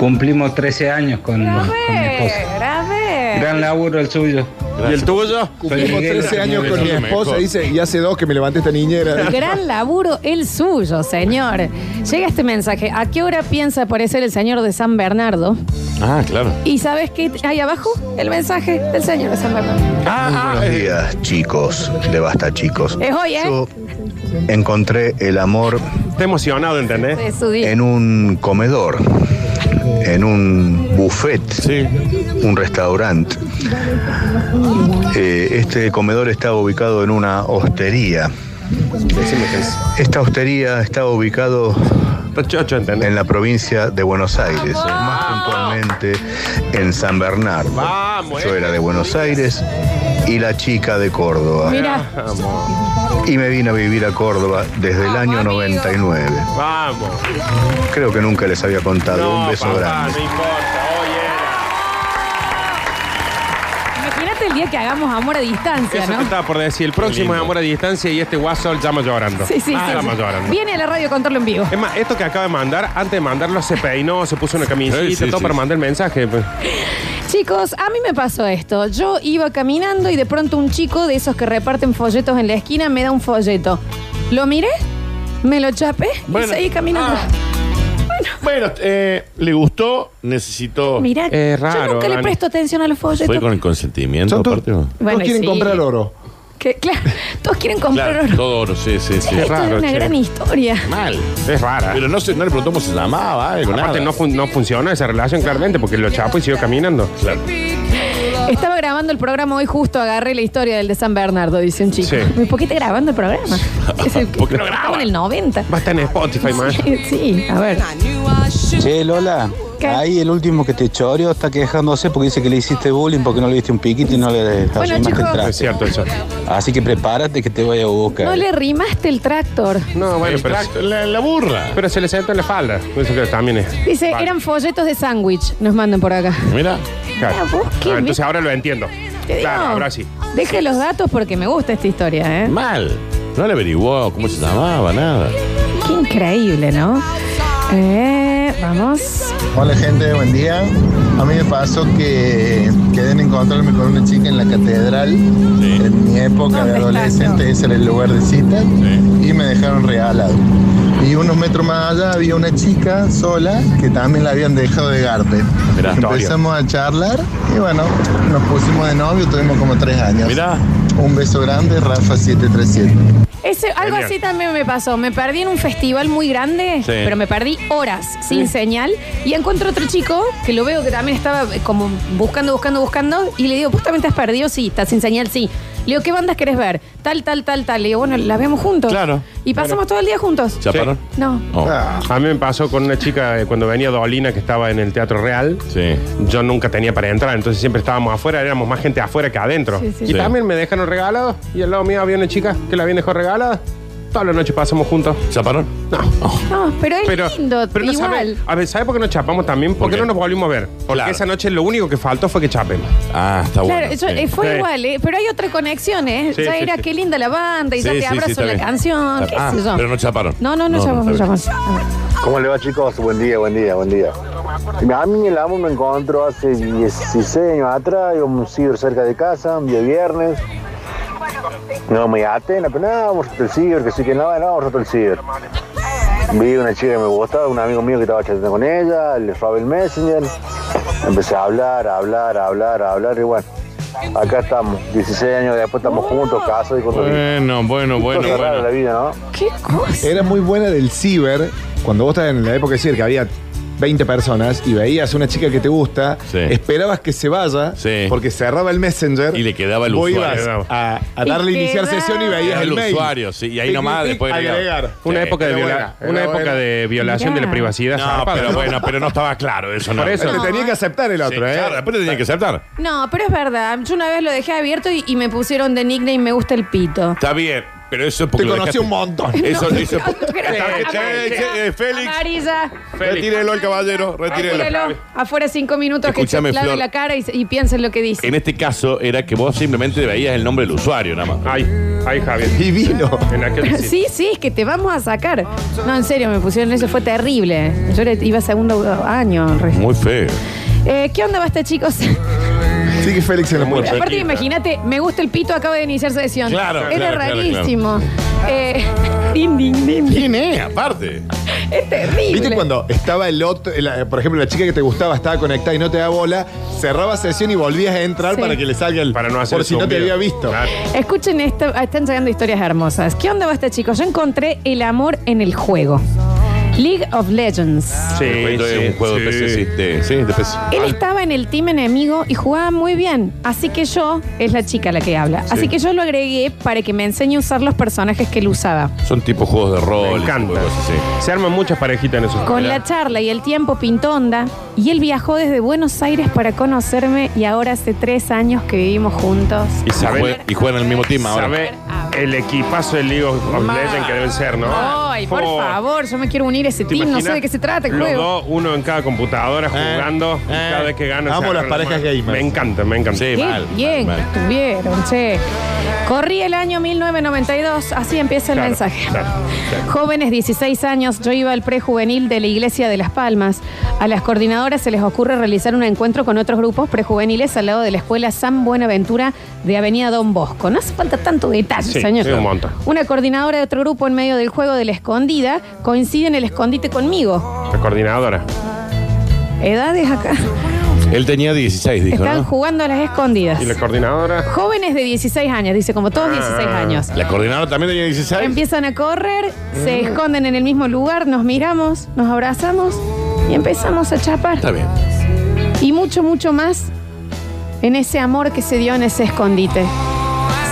cumplimos 13 años con,
A
con mi esposa.
ver, a ver.
Gran laburo el suyo.
¿Y el tuyo?
Cumplimos
Miguel,
13 años con mi
Miguel,
esposa,
mejor.
dice, y hace dos que me levanté esta niñera.
Gran laburo el suyo, señor. Llega este mensaje. ¿A qué hora piensa aparecer el señor de San Bernardo?
Ah, claro.
¿Y sabes qué hay abajo? El mensaje del señor de San Bernardo.
Ah, ah,
Buenos días, chicos. Le basta, chicos.
Es hoy, ¿eh?
Yo encontré el amor
está emocionado, ¿entendés?
De su día.
en un comedor, en un buffet,
Sí.
un restaurante. Eh, este comedor estaba ubicado en una hostería.
Decime qué es.
Esta hostería estaba ubicado
Está chocho, ¿entendés?
en la provincia de Buenos Aires, más puntualmente en San Bernardo.
Vamos,
Yo
eh.
era de Buenos Aires y la chica de Córdoba.
Mira,
Vamos,
Y me vine a vivir a Córdoba desde el año 99.
vamos.
Creo que nunca les había contado.
No,
Un beso
papá,
grande.
no importa. Oye,
imagínate el día que hagamos amor a distancia,
eso
¿no?
te estaba por decir. El próximo es
lindo.
amor a distancia y este guaso llama llorando.
Sí, sí,
Ah,
sí,
Llama
sí.
llorando.
Viene a la radio a contarlo en vivo.
Es más, esto que acaba de mandar, antes de mandarlo se peinó, se puso una camisita,
Sí, sí,
todo
sí,
para
sí.
mandar el mensaje. pues.
Chicos, a mí me pasó esto. Yo iba caminando y de pronto un chico de esos que reparten folletos en la esquina me da un folleto. Lo miré, me lo chapé
Bueno.
y seguí caminando.
Ah. Bueno, eh, le gustó, necesitó.
Mirá,
Es Eh, raro,
yo nunca
Dani.
le presto atención a los folletos.
Fue con el consentimiento,
Son to-
aparte. ¿no?
Bueno,
Todos quieren
sí.
comprar oro.
Que, claro, todos quieren comprar
Claro,
oro.
todo oro, sí, sí, sí.
Qué
Esto
raro,
es una
che.
gran historia.
Mal.
Es rara.
Pero no, se, no le preguntó cómo se llamaba, algo,
Aparte,
nada.
no, fun- no funciona esa relación claramente porque lo chapo y sigo caminando.
Claro.
Estaba grabando el programa hoy justo, agarré la historia del de San Bernardo, dice un chico.
Sí.
¿Por qué está grabando el programa? Es el que
¿Por qué no
estaba
graba?
en el 90.
Va a estar en Spotify, man.
Sí, a ver.
Che, Lola,
¿Qué?
ahí el último que te choreó está quejándose porque dice que le hiciste bullying porque no le diste un piquito y no le
Bueno,
asumaste
chicos.
el
Es
traste.
cierto eso.
Así que prepárate que te voy a buscar.
No le rimaste el tractor.
No, bueno, pero,
la, la burra.
pero se le sentó en la falda. Eso que también es.
Dice,
Vale.
eran folletos de sándwich. Nos mandan por acá.
Mira.
Claro.
Mira vos, qué
Ah, entonces
me-
ahora lo entiendo.
Te digo,
Claro, ahora sí.
Deje los datos porque me gusta esta historia, ¿eh?
Mal. No le averiguó cómo se llamaba, nada.
Qué increíble, ¿no? Eh, vamos.
Hola gente, buen día. A mí me pasó que quedé en encontrarme con una chica en la catedral. En mi época de
¿Dónde
adolescente ese era el lugar de cita y me dejaron regalado. Y unos metros más allá había una chica sola que también la habían dejado de garde.
Mirá.
Empezamos a charlar y bueno, nos pusimos de novio, tuvimos como tres años.
Mira.
Un beso grande, Rafa 737.
Ese, algo
Genial.
así también me pasó. Me perdí en un festival muy grande,
Sí.
pero me perdí horas sin señal. Y encuentro otro chico que lo veo que también estaba eh, como buscando, buscando, buscando. Y le digo, ¿vos también estás perdido? Sí, estás sin señal, sí. Le digo, ¿qué bandas querés ver? Tal, tal, tal, tal. Le digo, bueno, las vemos juntos.
Claro.
Y pasamos todo el día juntos.
¿Chaparon?
No.
Oh,
Ah.
A mí me pasó con una chica eh, cuando venía Dolina que estaba en el Teatro Real.
Sí.
Yo nunca tenía para entrar, entonces siempre estábamos afuera, éramos más gente afuera que adentro.
Sí, sí.
Y
Sí.
también me dejaron regalado, y al lado mío había una chica que la había dejado regalada. Toda la noche pasamos juntos.
¿Chaparon?
No.
No, pero es
Pero,
lindo,
pero no
igual.
sabe, a ver, ¿sabe por qué no chapamos también? ¿Por
¿Por
qué
qué?
no nos volvimos a ver? Porque
Claro.
esa noche lo único que faltó fue que chapemos.
Ah, está bueno.
Claro, yo-
sí.
eh, fue
Sí.
igual, ¿eh? pero hay otra conexión, ¿eh?
Sí,
ya
sí,
era
sí.
qué linda la banda y ya
Sí,
te
sí, sí,
abrazo
está
la
bien.
canción, qué
Ah,
sé yo.
pero no chaparon.
No, no, no,
No,
llamamos,
no,
no
está bien.
llamamos. A ver.
¿Cómo le va chicos? Buen día, buen día, buen día. A mí el amo me encontró hace 16 años atrás, yo un ciber cerca de casa, un día viernes. No me atena, pero nada, vamos a el ciber, que sí que nada, no, vamos a el ciber. Vi una chica que me gustaba, un amigo mío que estaba chateando con ella, le robé el messenger, empecé a hablar, a hablar, a hablar, a hablar y bueno. Acá estamos, 16 años después estamos juntos, casados y con
Bueno, bueno, bueno,
la
bueno.
vida, ¿no?
¿Qué cosa?
Era muy buena del ciber, cuando vos estabas en la época de ciber, que había 20 personas y veías una chica que te gusta,
Sí.
esperabas que se vaya porque cerraba el Messenger
Y le quedaba el
vos
usuario.
ibas a, a darle
Y
iniciar
quedaba-
sesión y veías
Quedaba
el,
el
mail.
usuario, sí, y ahí
Tic,
nomás
tic,
después agregaba.
agregar.
Una Sí. época de
Pero
viola-
pero
una época de violación de la privacidad
No,
zarpada,
pero
¿no?
bueno, pero no estaba claro eso. No.
Por eso.
Te tenía que aceptar el
Sí,
otro, ¿eh?
claro, después te tenía que aceptar.
No, pero es verdad. Yo una vez lo dejé abierto y, y me pusieron de nickname me gusta el pito.
Está bien, pero eso es porque.
Te
lo
conocí
dejaste-
un montón.
Eso lo hice. Félix,
Amarilla.
eh, retírelo el caballero,
Ah,
retírelo.
Apúrelo. Afuera cinco minutos
Escúchame,
que se clave
Flor.
la cara y, se- y piensen lo que dice.
En este caso era que vos simplemente veías el nombre del usuario, nada más.
Ay, ay, Javier.
Divino.
En aquel
Sí, sí, es que te vamos a sacar. No, en serio, me pusieron eso, fue terrible. Yo era- iba segundo año. re-
Muy feo.
Eh, ¿Qué onda basta, chicos?
Sigue Félix en la puerta.
Aparte, imagínate, me gusta el pito, acabo de iniciar sesión.
Claro,
Era
claro, claro,
rarísimo. Eh, din, din, din.
¿Quién es? Aparte.
Es terrible.
¿Viste cuando estaba el otro, la- por ejemplo, la chica que te gustaba estaba conectada y no te da bola, cerraba sesión y volvías a entrar
Sí.
para que le salga el.
Para no hacer
Por si no te
zumbido.
había visto.
Escuchen esto, ah, están llegando historias hermosas. ¿Qué onda basta, chicos? Yo encontré el amor en el juego. League of Legends.
Sí,
Perfecto,
sí,
es un juego de
sí.
PC, sí, de, sí, de PC.
Él estaba en el team enemigo y jugaba muy bien. Así que yo, es la chica la que habla. Así que yo lo agregué para que me enseñe a usar los personajes que él usaba.
Son tipo juegos de rol.
Me
y
encanta.
tipo de cosas, sí.
Se arman muchas parejitas en esos
Con la charla y el tiempo pintó onda y él viajó desde Buenos Aires para conocerme y ahora hace tres años que vivimos juntos.
Y sabe-
Jue- Y juegan en el mismo team ahora.
¿Sabe el equipazo del League of of Legends que deben ser, no?
Ay, por
Oh,
favor, yo me quiero unir a ese
¿te
team, no sé
imaginas?
de qué se trata el
Los
juego.
dos, uno en cada computadora jugando. y
eh.
cada vez que gana. se
Amo las
agarran
parejas
mano.
gamers.
Me encanta, me encanta.
Sí,
Qué
mal.
bien Este
mal,
que
mal.
estuvieron, che. Corrí el año 1992, así empieza el
Claro,
mensaje.
claro, claro.
Jóvenes, 16 años, yo iba al prejuvenil de la Iglesia de Las Palmas. A las coordinadoras se les ocurre realizar un encuentro con otros grupos prejuveniles al lado de la escuela San Buenaventura de Avenida Don Bosco. No hace falta tanto detalle,
Sí,
señor.
sí, un montón.
Una coordinadora de otro grupo en medio del juego de la escondida coincide en el escondite conmigo.
La coordinadora.
Edades acá.
Él tenía 16, dijo,
Están
¿no?
jugando a las escondidas.
¿Y la coordinadora?
Jóvenes de 16 años, dice, como
Ah.
todos 16 años.
La coordinadora también tenía 16.
Empiezan a correr, se esconden en el mismo lugar, nos miramos, nos abrazamos y empezamos a chapar.
Está bien.
Y mucho, mucho más en ese amor que se dio en ese escondite.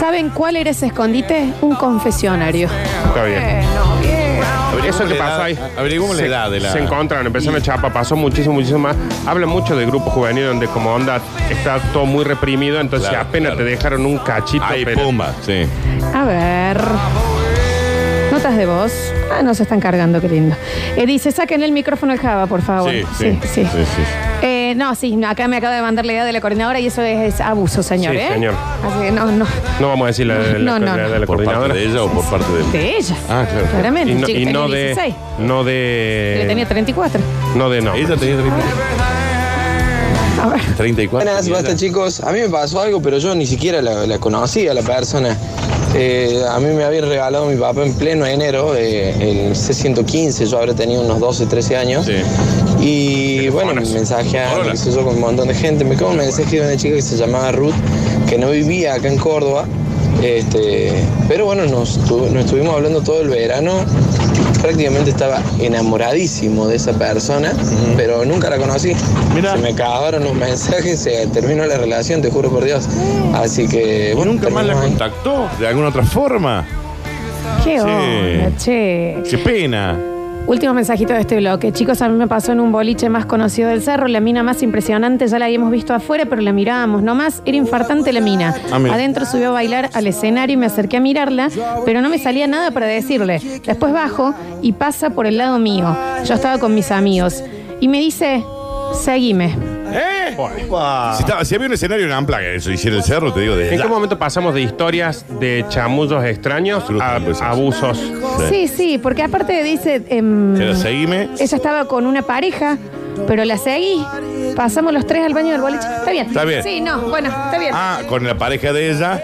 ¿Saben cuál era ese escondite? Un confesionario.
Está bien. Eso que
la
pasó
edad-
ahí.
averigüemos la
Se-
edad de la-
Se encontraron, empezaron a chapa, pasó muchísimo, muchísimo más. Habla mucho de grupo juvenil donde como onda está todo muy reprimido, entonces
Claro,
apenas
claro.
te dejaron un cachito.
Ay,
pero-
pumba, sí.
A ver. Notas de voz. Ah, nos están cargando, qué lindo. Eh, dice, saquen el micrófono al Java, por favor.
Sí, sí, sí, sí.
Eh, no, sí, no, acá me acaba de mandar la idea de la coordinadora y eso es, es abuso, señor.
Sí,
¿eh?
señor.
Así que no, no.
Eh.
No vamos a decir la, de la,
No, no,
la-
no.
de la
¿Por parte
coordinadora.
de ella o por parte de él?
De ella.
Ah, claro.
Claramente,
Y no,
chica,
y
tenía
no de.
16.
No
Yo tenía
de.
34.
No de no.
Ella tenía 34.
A ver.
34.
Buenas,
tenía
basta
ella.
chicos. A mí me pasó algo, pero yo ni siquiera la, la conocía la persona. Eh, a mí me había regalado mi papá en pleno enero eh, el C115, yo habré tenido unos 12, 13 años.
Sí.
Y bueno, me mensajearon,
Hola.
qué sé yo, con un montón de gente. Me quedó un mensaje de una chica que se llamaba Ruth, que no vivía acá en Córdoba. Este, pero bueno, nos, tu- nos estuvimos hablando todo el verano. Prácticamente estaba enamoradísimo de esa persona, pero nunca la conocí.
Mirá.
Se me acabaron los mensajes, se terminó la relación, te juro por Dios. Así que.
Mm. ¿Y
bueno,
nunca más la
terminó ahí.
contactó? ¿De alguna otra forma? Sí.
Qué onda, che.
¡Qué pena!
Último mensajito de este bloque. Chicos, a mí me pasó en un boliche más conocido del cerro, la mina más impresionante, ya la habíamos visto afuera, pero la mirábamos nomás, era infartante la mina.
Ah, mira.
Adentro subió a bailar al escenario y me acerqué a mirarla, pero no me salía nada para decirle. Después bajo y pasa por el lado mío. Yo estaba con mis amigos y me dice, seguime.
¿Eh?
Upa.
Si, estaba- si había un escenario en Ampla que eso hiciera el cerro, te digo desde
¿En
ya.
qué momento pasamos de historias de chamullos extraños a
Absolutamente, sí.
abusos?
Sí, sí, porque aparte dice... em,
Pero seguime.
Ella estaba con una pareja, pero la seguí. Pasamos los tres al baño del boliche. Está bien.
Está bien.
Sí, no, bueno, está bien.
Ah, con la pareja de ella.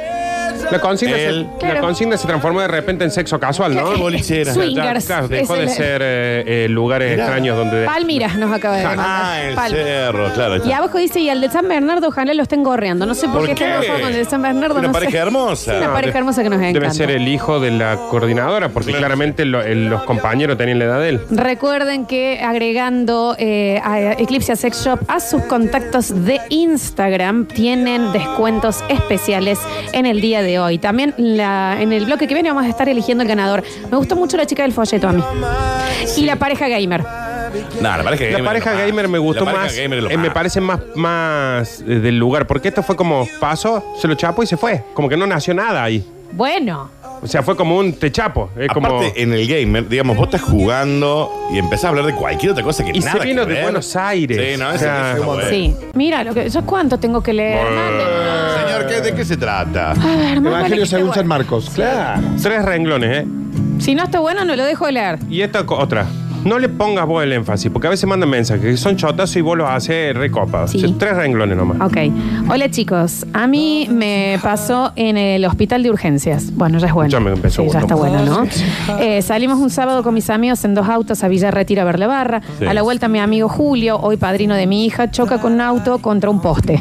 La consigna,
El-
se,
Claro.
la consigna se transformó de repente en sexo casual, ¿no?
Claro, Bolichera. swingers.
Ya, claro, dejó
Es
de
el-
ser eh, eh, lugares
Mirá.
extraños donde...
Palmiras nos acaba de
Ah,
mandar.
el
Palmiras.
cerro, claro. ahí
Y
está.
abajo dice, y al de San Bernardo ojalá lo estén gorreando. No sé por,
¿Por
qué están
qué?
gorreando con el de San Bernardo.
Una
no
pareja
sé.
hermosa.
Sí, una pareja hermosa que nos
Debe
encanta.
ser el hijo de la coordinadora, porque claramente lo- el- los compañeros tenían la edad de él.
Recuerden que agregando eh, a Eclipse Sex Shop a sus contactos de Instagram tienen descuentos especiales en el día de hoy. También la- en el bloque que viene vamos a estar eligiendo el ganador. Me gustó mucho la chica del folleto a mí. Y la pareja gamer.
Nah, la pareja gamer.
La pareja
es lo
gamer
más.
me gustó
La pareja
más.
gamer es lo
eh, me
más.
parece más, más eh, del lugar, porque esto fue como paso, se lo chapo y se fue. Como que no nació nada ahí.
Bueno,
O sea, fue como un te chapo. Es como.
Aparte, en el eh. gamer, digamos, vos estás jugando y empezás a hablar de cualquier otra cosa que
Y se
nada
vino
que
de
ver.
Buenos Aires.
Sí, no,
O
ese
sea,
ese está bueno.
sí. Mira, lo que, ¿yo cuánto tengo que leer?
Eh, Señor, ¿qué- ¿de qué se trata?
A ver, más vale
Evangelio
que esté
según San
bueno.
Marcos. Claro.
Tres renglones, ¿eh?
Si no está bueno, no lo dejo de leer.
Y esta co- otra. No le pongas vos el énfasis, porque a veces mandan mensajes que son chotazos y vos los haces recopados.
Sí.
O sea, tres renglones nomás.
Ok. Hola chicos, a mí me pasó en el hospital de urgencias. Bueno, ya es bueno.
Ya me empezó
Sí,
bueno.
ya está bueno, ¿no? Eh, salimos un sábado con mis amigos en dos autos a Villa Retiro a ver la barra.
Sí.
A la vuelta mi amigo Julio, hoy padrino de mi hija, choca con un auto contra un poste.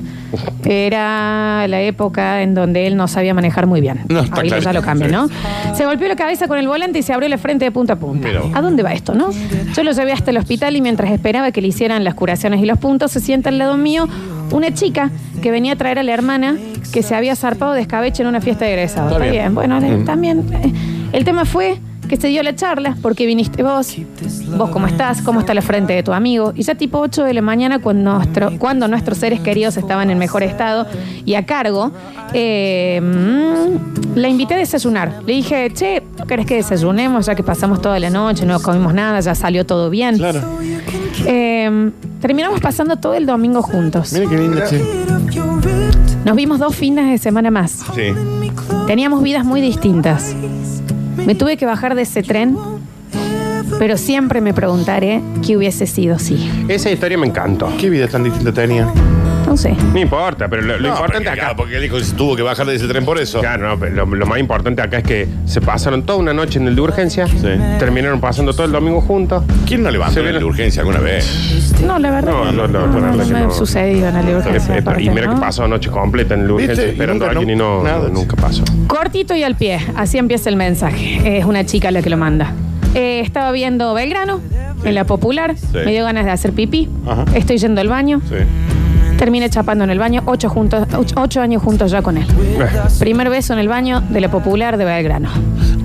Era la época en donde él no sabía manejar muy bien.
No, está
Ahorita ya
claro.
lo cambié,
Sí.
¿no? Se golpeó la cabeza con el volante y se abrió la frente de punta a punta.
Mira vos.
¿A dónde va esto, no? Yo lo llevé hasta el hospital y mientras esperaba que le hicieran las curaciones y los puntos, se sienta al lado mío una chica que venía a traer a la hermana que se había zarpado de escabeche en una fiesta de egresados. Está, bien. bueno, le-
Mm.
también. eh, El tema fue que se dio la charla porque viniste vos, vos cómo estás, cómo está la frente de tu amigo. Y ya tipo 8 de la mañana, cuando, nuestro- cuando nuestros seres queridos estaban en mejor estado y a cargo, eh, mm, la invité a desayunar. Le dije, che, ¿no querés que desayunemos ya que pasamos toda la noche, no comimos nada, ya salió todo bien?
Claro.
Eh, terminamos pasando todo el domingo juntos.
Mira qué lindo, che.
Nos vimos dos fines de semana más.
Sí.
Teníamos vidas muy distintas. Me tuve que bajar de ese tren, pero siempre me preguntaré qué hubiese sido si.
Esa historia me encantó.
¿Qué vida tan distinta tenía?
No sé.
No importa, pero lo, lo importante acá.
Claro, porque él dijo que se tuvo que bajar de ese tren por eso.
Claro, no, pero lo, lo más importante acá es que se pasaron toda una noche en el de urgencia, terminaron pasando todo el domingo juntos.
¿Quién no levantó
Se
en
vieron-
la urgencia alguna vez?
No, la verdad.
No,
que
no, no, ponerle que
me
no.
sucedió en la urgencia.
Eh,
aparte,
y mira
¿no?
que pasó noche completa en el
¿Viste?
urgencia
Y
esperando
nunca,
a alguien y no,
no, nada.
no, nunca pasó.
Cortito y al pie, así empieza el mensaje. Es una chica la que lo manda. Eh, estaba viendo Belgrano en la popular, me dio ganas de hacer pipí,
Ajá.
estoy yendo al baño,
Sí.
terminé chapando en el baño, ocho, juntos, ocho, ocho años juntos ya con él. Primer beso en el baño de la popular de Belgrano.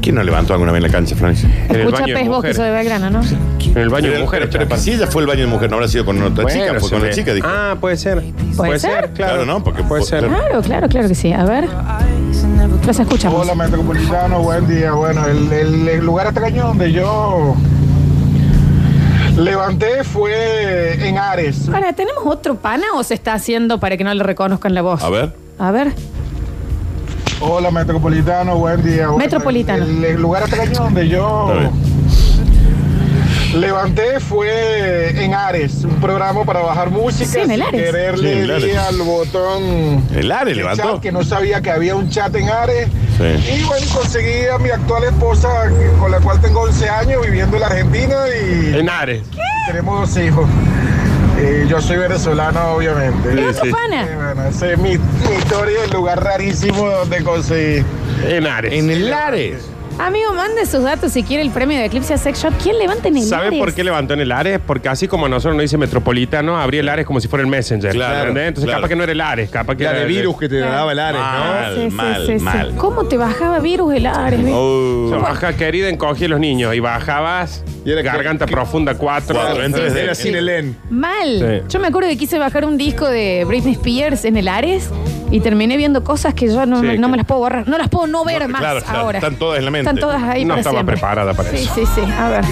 ¿Quién no levantó alguna vez en la cancha, Florencia?
En el
Escucha,
baño de
pez vos que
mujeres.
soy de Belgrano, ¿no?
En el baño de
Pero-
mujeres.
Pero, pero si ella fue el baño de mujer, no habrá sido con otra
Bueno,
chica, fue
se
con la
ve.
chica, dijo.
Ah, puede ser.
¿Puede ser?
claro.
Claro, ¿no? Porque
Puede ser.
Claro, claro, claro que sí. A ver. Los escuchamos.
Hola, Metropolitano, buen día. Bueno, el, el- el lugar hasta cañón donde yo levanté fue en Ares.
Ahora, ¿tenemos otro pana o se está haciendo para que no le reconozcan la voz?
A ver.
A ver.
Hola, Metropolitano, buen día. Bueno,
Metropolitano.
El, el lugar hasta cañón donde yo
Está
levanté fue en Ares, un programa para bajar música.
Sí, en el
sin
Ares.
Sí,
Quererle
en el Ares.
di al botón
El Ares
de
levantó.
chat, que no sabía que había un chat en Ares.
Sí.
Y bueno, conseguí a mi actual esposa, que- con la cual tengo 11 años, viviendo en la Argentina y
En Ares.
tenemos dos hijos. Eh, yo soy venezolano, obviamente.
¿El otro
sí.
Eh,
pana?
bueno, esa es mi, mi historia, el lugar rarísimo donde conseguí.
En Ares.
En el Ares.
Amigo, mande sus datos si quiere el premio de Eclipse Sex Shop. ¿Quién levanta en el
¿Sabe
Ares?
por qué levantó en el Ares? Porque así como a nosotros nos dice metropolitano, abría el Ares como si fuera el Messenger.
Claro,
¿entendés? Entonces
claro.
capaz que no era el Ares, capaz que
La
era
de virus que te daba el Ares,
Ah,
¿no?
Mal, mal, mal.
¿Cómo te bajaba virus el Ares? ve?
O sea,
Oh.
baja querida, encogí a los niños y bajabas.
Y era
garganta profunda 4.
Cuatro, en tres D.
Era Cinelén.
Sí.
Mal. Yo me acuerdo que quise bajar un disco de Britney Spears en el Ares y terminé viendo cosas que yo no,
Sí,
no- no
que-
me las puedo borrar. No las puedo no ver
No,
más
claro, claro.
ahora.
Están todas en la mente.
Están todas ahí
No
para
estaba
siempre.
preparada para eso.
Sí, sí, sí. A ver.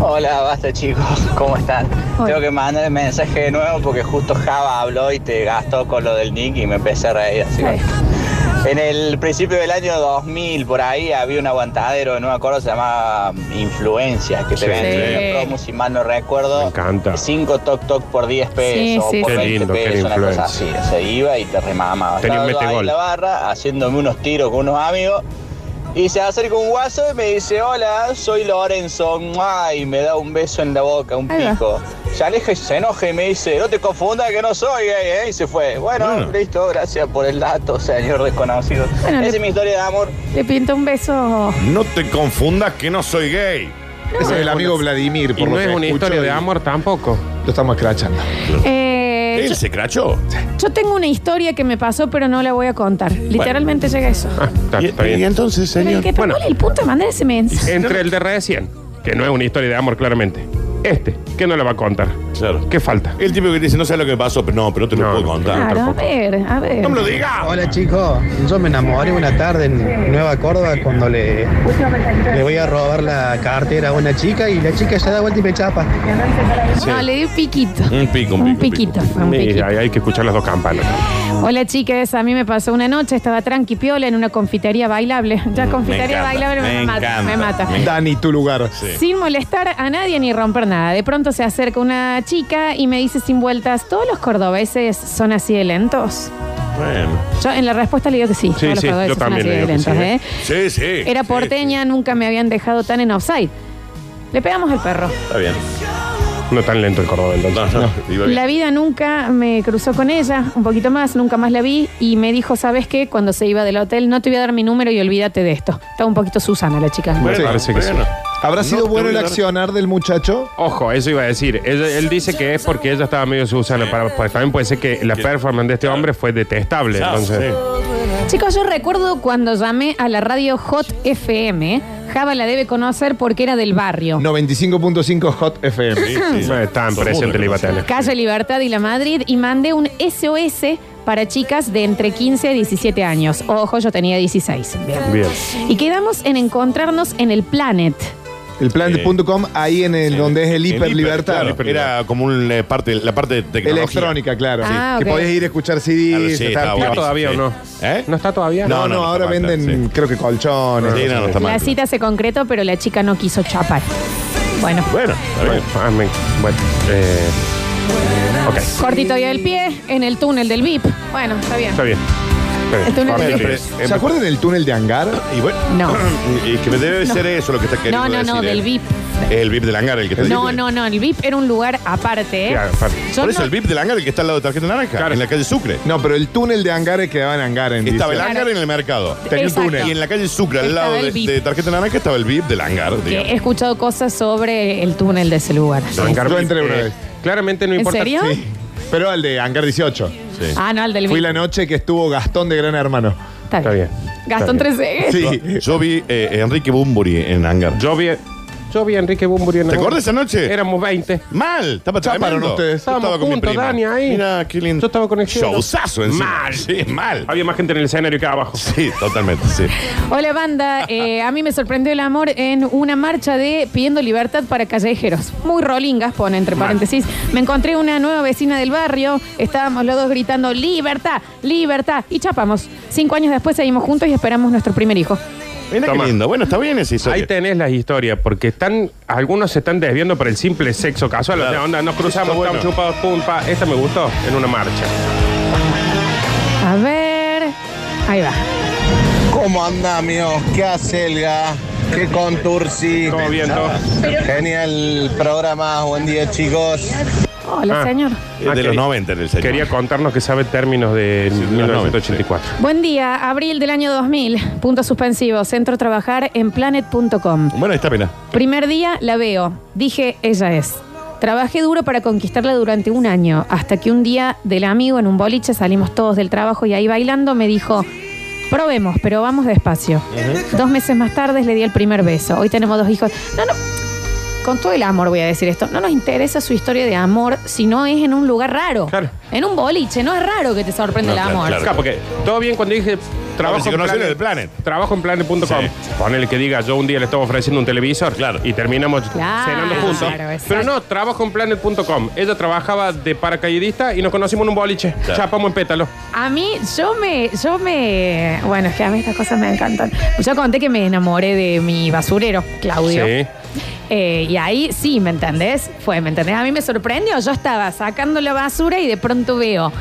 Hola, basta chicos, ¿cómo están?
Hola.
Tengo que mandar el mensaje de nuevo porque justo Java habló y te gastó con lo del nick y me empecé a reír así.
Ahí.
que- En el principio del año 2000, por ahí, había un aguantadero, no me acuerdo, se llamaba Influencia, que
Sí.
te vendían
Sí.
promos, si mal no recuerdo.
Me encanta.
5 toc toc por 10
Sí,
pesos,
sí,
o por
sí. Qué
20
lindo, qué
pesos, una cosa así.
influencia.
Se iba y te remamaba.
Tenía un
Estaba yo
metegol.
ahí en la barra, haciéndome unos tiros con unos amigos. Y se acerca un guaso y me dice, hola, soy Lorenzo. ¡Mua! Y me da un beso en la boca, un
Ahí va.
pico. Se aleja y se enoja y me dice, no te confundas que no soy gay, ¿eh? Y se fue. Bueno, listo, gracias por el dato, señor desconocido.
Bueno,
Esa
le-
es mi historia de amor.
Le pinta un beso.
No te confundas que no soy gay.
Ese es el amigo Vladimir,
Y
por lo
no
que
es una
escucho,
historia de
y
amor tampoco.
Lo estamos escrachando.
Eh, yo-
se crachó?
Yo tengo una historia que me pasó, pero no la voy a contar. Literalmente llega eso.
Ah, Está- está bien.
entonces,
Pero el que
Bueno,
¿cuál es el punto de mandar ese mensaje?
entre el de recién, que no es una historia de amor claramente, este, que no la va a contar.
Claro.
¿Qué falta?
El tipo que te dice, no sé lo que me pasó, pero no, pero no te lo puedo contar.
Claro, a ver, a ver.
No me lo digas.
Hola chicos, yo me enamoré una tarde en Nueva Córdoba cuando le, le voy a robar la cartera a una chica y la chica ya da vuelta y me chapa.
No, le di un piquito.
Un pico, un
Un
pico.
piquito, fue un
Y
piquito.
ahí hay que escuchar las dos campanas.
Hola chicas, a mí me pasó una noche, estaba tranqui piola en una confitería bailable. Ya confitería
encanta,
bailable me,
me
mata, me mata.
Dani, tu lugar.
Sin molestar a nadie ni romper nada. De pronto se acerca una chica y me dice sin vueltas, ¿todos los cordobeses son así de lentos?
Bueno.
Yo en la respuesta le digo que sí.
Sí,
todos los
sí,
cordobeses
yo
son
también
así
le digo
de
que
lentos,
sí,
¿eh?
Sí, sí.
Era porteña, nunca me habían dejado tan en offside. Le pegamos el perro.
Está bien.
No tan lento el Córdoba, entonces.
Iba bien.
La vida nunca me cruzó con ella, un poquito más, nunca más la vi y me dijo, ¿sabes qué? Cuando se iba del hotel, no te voy a dar mi número y olvídate de esto. Estaba un poquito Susana la chica.
Me parece que sí.
¿Habrá
No
sido
te
bueno
voy
el
a dar-
accionar del muchacho?
Ojo, eso iba a decir. Él, él dice que es porque ella estaba medio Susana. Para, para- también puede ser que la performance de este hombre fue detestable.
Claro,
Entonces,
Chicos, yo recuerdo cuando llamé a la radio Hot FM, Java la debe conocer porque era del barrio.
95.5 Hot FM.
sí. No es tan presente le iba a tener.
Calle Libertad y la Madrid y mandé un SOS para chicas de entre 15 y 17 años. Ojo, yo tenía 16. Bien.
Bien.
Y quedamos en encontrarnos en el Planet.
El plan.com ahí en el donde es el
El hiper,
hiperlibertad.
claro, Era como un, eh, parte, la parte de tecnología.
Electrónica, claro.
Ah,
Que
ok.
podías ir a escuchar
Claro, sí,
CDs. estar
estaba
pila-
buenísimo,
todavía o
sí.
no?
¿Eh?
¿No está todavía?
No, no,
no, no
ahora
está mal,
venden, creo que colchones.
Sí, no, no está mal.
La cita se concretó, pero la chica no quiso chapar. Bueno,
Bueno, está bien.
Bueno, ah, me- bueno, eh, ok,
cortito y del pie, en el túnel del VIP. Bueno, está bien.
está bien.
El túnel
Está
del
bien.
VIP.
Sí.
¿Se acuerdan del túnel de hangar?
Y bueno,
No.
y que me debe
No.
ser eso lo que está queriendo
No, no, no,
decir,
del
¿eh?
VIP.
Es el VIP del hangar el que está
No,
diciendo.
no, no, el VIP era un lugar aparte, ¿eh?
Claro, Fabio.
Yo
Por eso
no-
el VIP del hangar el que está al lado de Tarjeta Naranja,
Claro.
en la calle Sucre.
No, pero el túnel de hangar quedaba en hangar. En
Estaba el
Villa.
hangar en el mercado.
Tenía un Exacto. túnel.
Y en la calle Sucre, al
Estaba
lado
el
de,
VIP.
de Tarjeta Naranja, estaba el VIP del hangar.
que
digamos.
he escuchado cosas sobre el túnel de ese lugar.
Arrancar
Yo
bien,
entré una
eh,
vez.
Claramente no
¿En
importa.
serio?
Sí. Pero al de hangar 18.
Sí.
Ah, no, el del VIP.
Fui la noche que estuvo Gastón de Gran Hermano.
Está
Está
bien.
bien.
Gastón
Está bien.
13.
Sí.
Yo, yo vi eh, Enrique Bumburi en hangar.
Yo vi, yo vi a Enrique Bumburi en
¿Te
la-
acuerdas esa noche?
Éramos 20.
Mal, estaba
Chaparon
tremendo.
ustedes.
Yo
Estábamos
estaba con mi
juntos,
prima.
Dani, ahí.
Mira, qué lindo.
Yo estaba con el cielo.
Showzazo encima.
Mal.
Sí, mal.
Había más gente en el escenario que abajo.
Sí, totalmente, sí.
Hola, banda. Eh, a mí me sorprendió el amor en una marcha de Pidiendo Libertad para Callejeros. Muy rolingas, pone entre paréntesis. Me encontré una nueva vecina del barrio. Estábamos los dos gritando ¡Libertad! ¡Libertad! Y chapamos. Cinco años después seguimos juntos y esperamos nuestro primer hijo.
Mira
Toma.
qué lindo. Bueno, está bien esa historia.
Ahí tenés las historias, porque están, algunos se están desviando por el simple sexo casual. O sea,
Claro.
onda, nos cruzamos,
Está bueno.
estamos chupados, pumpa. Esta me gustó en una marcha.
A ver. Ahí va.
¿Cómo anda, amigo? ¿Qué hace Elga? ¿Qué contursi?
Todo bien, todo.
Genial programa, buen día chicos.
Hola,
Ah.
señor.
Eh,
Ah,
de los
quería-
90 en el señor.
Quería contarnos que sabe términos de
Sí, de los
1984.
Buen día, abril del año 2000. Punto suspensivo. Centro trabajar en planet.com.
Bueno, ahí está pena.
Primer día la veo. Dije, ella es. Trabajé duro para conquistarla durante un año, hasta que un día del amigo en un boliche salimos todos del trabajo y ahí bailando me dijo, probemos, pero vamos despacio. Dos meses más tarde le di el primer beso. Hoy tenemos dos hijos. No, no, con todo el amor voy a decir esto. No nos interesa su historia de amor si no es en un lugar raro.
Claro.
En un boliche, no es raro que te sorprenda
No,
el
claro,
amor.
claro.
Acá, porque todo bien cuando dije, trabajo
si
en
conocen
Planet.
el Planet.
Trabajo en planet.com. Ponele que diga, yo un día le estaba ofreciendo un televisor. Claro. Y terminamos
Claro,
cenando juntos.
exacto.
Pero no, trabajo en planet.com. Ella trabajaba de paracaidista y nos conocimos en un boliche. Chapamos en pétalo.
A mí, yo me, yo me. Bueno, es que a mí estas cosas me encantan. Yo conté que me enamoré de mi basurero, Claudio. Eh, y ahí sí, ¿me entendés? Fue, ¿me entendés? A mí me sorprendió. Yo estaba sacando la basura y de pronto veo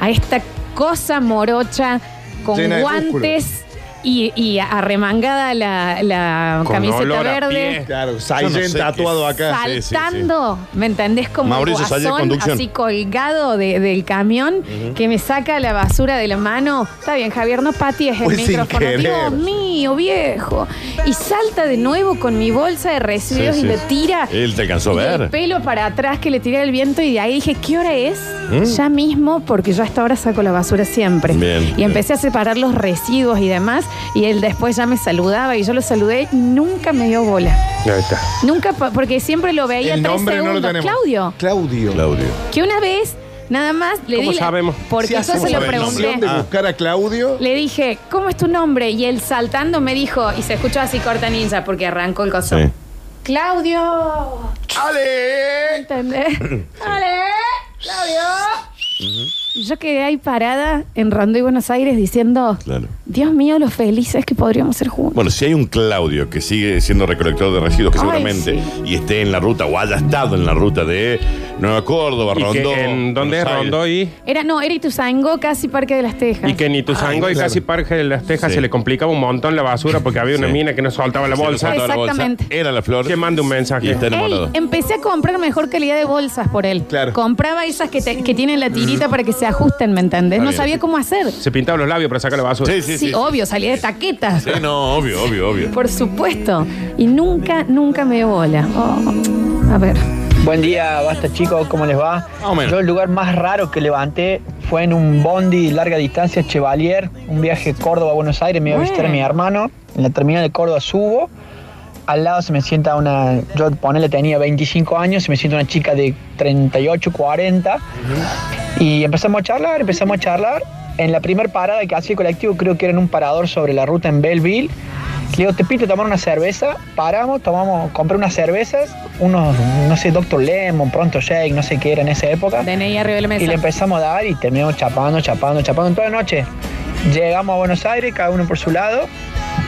a esta cosa morocha con
Llena de
guantes y, y arremangada la, la
Con
camiseta
olor a
verde.
pie. Claro, Saiyan Yo no sé tatuado qué- acá. Sí, sí, sí.
Saltando, ¿me entendés? Como
Mauricio Saiyan,
guasón,
conducción.
así colgado de- del camión que me saca la basura de la mano. Está bien, Javier, no paties el
Fue sin
micrófono.
querer.
Dios mío, viejo. Y salta de nuevo con mi bolsa de residuos
Sí,
y
sí.
le tira
Él te alcanzó a
el
ver.
pelo para atrás que le tiré el viento y de ahí dije, ¿qué hora es?
Mm.
Ya mismo, porque yo hasta ahora saco la basura siempre.
Bien,
y
bien.
empecé a separar los residuos y demás y él después ya me saludaba y yo lo saludé y nunca me dio bola.
Ahí está.
Nunca, po- porque siempre lo veía
El
tres
nombre no
segundos.
lo tenemos.
Claudio,
Claudio.
Claudio.
que una vez nada más le
¿Cómo
di la-
sabemos?
Porque
Si
eso
hacemos
se lo
la
pregunté.
mención de
Ah.
buscar a Claudio.
Le dije, ¿cómo es tu nombre? Y él saltando me dijo, y se escuchó así corta ninja porque arrancó el coso. Claudio.
¡Ale!
¿Entendés? ¡Ale! ¡Claudio! Y Yo quedé ahí parada en Rondo y Buenos Aires diciendo,
Claro.
Dios mío, lo felices que podríamos ser juntos.
Bueno, si hay un Claudio que sigue siendo recolector de residuos, que
Ay,
seguramente y esté en la ruta o haya estado en la ruta de Nueva Córdoba,
Y que
Rondó.
en- ¿dónde es Rondó y?
Era, no, era Ituzaingó, casi Parque de las Tejas.
Y que ni tu
Ah,
sango y
claro.
casi parque de las tejas
Sí.
se le complicaba un montón la basura porque había una
Sí.
mina que no soltaba la
Se le
bolsa.
soltaba la bolsa. Exactamente.
Era la flor.
Que mande un mensaje.
Y está enamorado.
Ey, em- empecé a comprar mejor calidad de bolsas por él.
Claro.
Compraba esas que, te- que tienen la tirita para que se ajusten, ¿me entendés?
Está
No
bien.
sabía cómo hacer.
Se pintaba los labios para sacar la basura.
Sí, obvio, salía de taquetas.
Sí, no, obvio, obvio, obvio.
Por supuesto. Y nunca, nunca me dio bola. Oh, A ver.
Buen día, basta chicos, ¿cómo les va? Yo el lugar más raro que levanté fue en un bondi larga distancia Chevalier, un viaje Córdoba-Buenos Aires, me iba a visitar
Bueno.
mi hermano, en la terminal de Córdoba subo, al lado se me sienta una, yo ponele tenía 25 años, se me sienta una chica de 38, 40, y empezamos a charlar, empezamos a charlar, en la primera parada que hacía el colectivo, creo que era en un parador sobre la ruta en Belleville, le digo, te pido tomar una cerveza, paramos, tomamos, compré unas cervezas, unos, no sé, Dr. Lemon, Pronto Shake, no sé qué era en esa época.
DNI arriba de la mesa.
Y le empezamos a dar y terminamos chapando, chapando, chapando toda la noche. Llegamos a Buenos Aires, cada uno por su lado.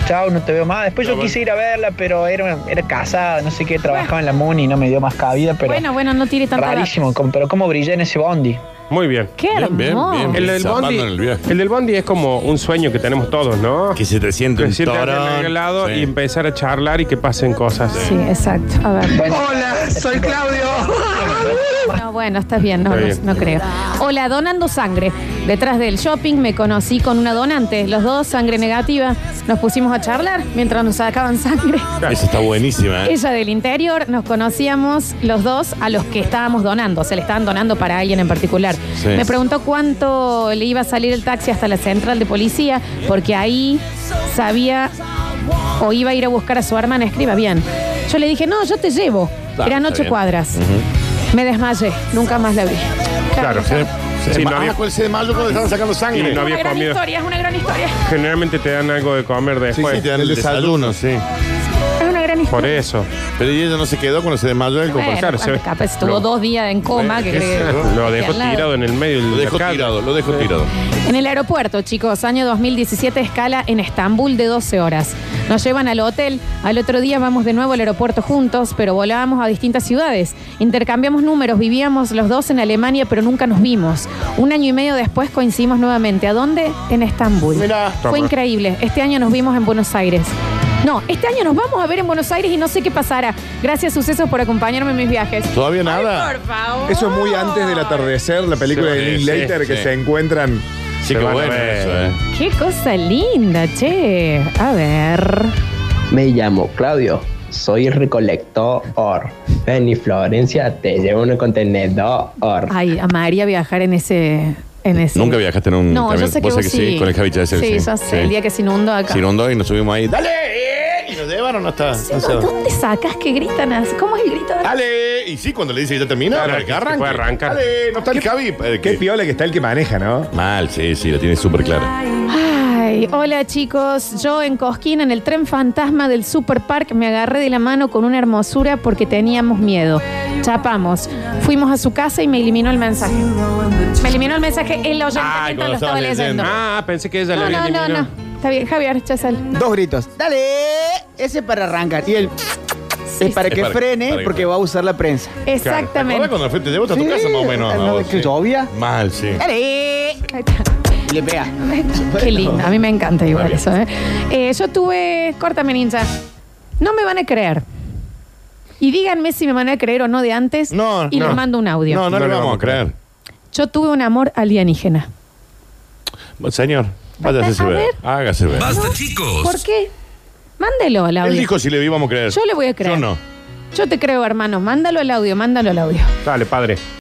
Chao, no te veo más. Después yo quise ir a verla, pero era, era casada, no sé qué, trabajaba en la MUNI, no me dio más cabida, pero
Bueno, bueno, no tire tanta
rarísimo, com- pero cómo brillé en ese bondi.
Muy bien.
Qué Bien, bien, hermoso. bien,
El del
zarpando
bondi,
en el viaje.
el del bondi es como un sueño que tenemos todos, ¿no? Que
se te siente
un
torón.
lado
Sí.
y empezar a charlar y que pasen cosas.
Sí, exacto. A ver.
Hola, soy Claudio.
No, bueno, estás bien, no,
Está
no-
bien.
no creo. Hola, donando sangre. Detrás del shopping me conocí con una donante, los dos sangre negativa. Nos pusimos a charlar mientras nos sacaban sangre.
Esa está buenísima, ¿eh?
Ella del interior, nos conocíamos los dos a los que estábamos donando, se le estaban donando para alguien en particular.
Sí.
Me preguntó cuánto le iba a salir el taxi hasta la central de policía, porque ahí sabía o iba a ir a buscar a su hermana, escriba bien. Yo le dije, no, yo te llevo.
Claro,
Eran
está
ocho
bien.
cuadras.
Ujú.
Me desmayé, nunca más la vi.
Claro.
Sí,
Sí,
ah,
no había-
con ese de mayo cuando estaban sacando sangre.
Y no había comido.
es una gran historia.
Generalmente te dan algo de comer después.
sí, te dan el desayuno, sí.
Es una gran
Por eso.
Pero ¿y ella no se quedó cuando se desmayó el
Bueno,
compañero.
bueno, capaz estuvo dos días en coma. que
Lo dejó
que al lado.
tirado en el medio
Lo
del
dejó tirado, lo dejó tirado.
En el aeropuerto, chicos, año 2017, escala en Estambul de 12 horas. Nos llevan al hotel, al otro día vamos de nuevo al aeropuerto juntos, pero volábamos a distintas ciudades. Intercambiamos números, vivíamos los dos en Alemania, pero nunca nos vimos. Un año y medio después coincidimos nuevamente. ¿A dónde? En Estambul. Fue
Toma.
increíble. Este año nos vimos en Buenos Aires. No, este año nos vamos a ver en Buenos Aires y no sé qué pasará. Gracias, sucesos, por acompañarme en mis viajes.
¿Todavía nada?
Eso es muy antes del atardecer, la película
Sí,
de Nick
sí,
Later
sí.
que se encuentran.
Sí, qué bueno eso, ¿eh?
Qué cosa linda, che. A ver.
Me llamo Claudio, soy recolector. Ven y Florencia te llevo un contenedor.
Ay, amaría viajar en ese. En ese.
Nunca viajaste en un
No, yo
camión.
sé que
Vos
vos
sabés que sí, con el Javi Chávez,
Sí,
sí,
yo
sí.
sé. El día que se inundó acá.
Se inundó y nos subimos ahí. ¡Dale! eh", ¿Y nos llevan o no está? No sé.
¿Dónde sacas que gritan así? ¿Cómo es el grito? de-
¡Dale! Eh, Y sí, cuando le dice que ya termina,
Claro,
arranca,
que
arranca.
puede arrancar.
¡Dale! No está el Javi. eh,
Qué
que-
piola que está el que maneja, ¿no?
Mal, sí, sí, la tiene súper clara.
Ay, Ay, hola chicos, yo en Cosquín, en el tren fantasma del Superpark, me agarré de la mano con una hermosura porque teníamos miedo. Chapamos. Fuimos a su casa y me eliminó el mensaje. Me eliminó el mensaje el oyente mientras lo estaba leyendo.
Ah, pensé que ella le
No,
había
no, no,
eliminado.
no. Está bien, Javier, ya sal.
Dos gritos. Dale, ese para arrancar. Y el... es para
sí.
que
Es para-
frene
para que-
porque va a usar la prensa.
Exactamente.
Ahora cuando la te llevas a tu
Sí,
casa más o menos.
no, que llovía.
Mal, sí.
Eh,
Dale. Y le pega.
Qué lindo, a mí me encanta igual eso. ¿eh? Eh, yo tuve, córtame ninja, no me van a creer. Y díganme si me van a creer o no de antes y les mando un audio.
No, no, le vamos a creer.
Yo tuve un amor alienígena.
Señor, váyase si
A
ve.
ver.
Hágase ver.
¿No? ¿Por qué? Mándelo al
Él
audio.
dijo si le íbamos a creer.
Yo le voy a creer.
Yo no.
Yo te creo, hermano. Mándalo al audio, mándalo al audio.
Dale, padre.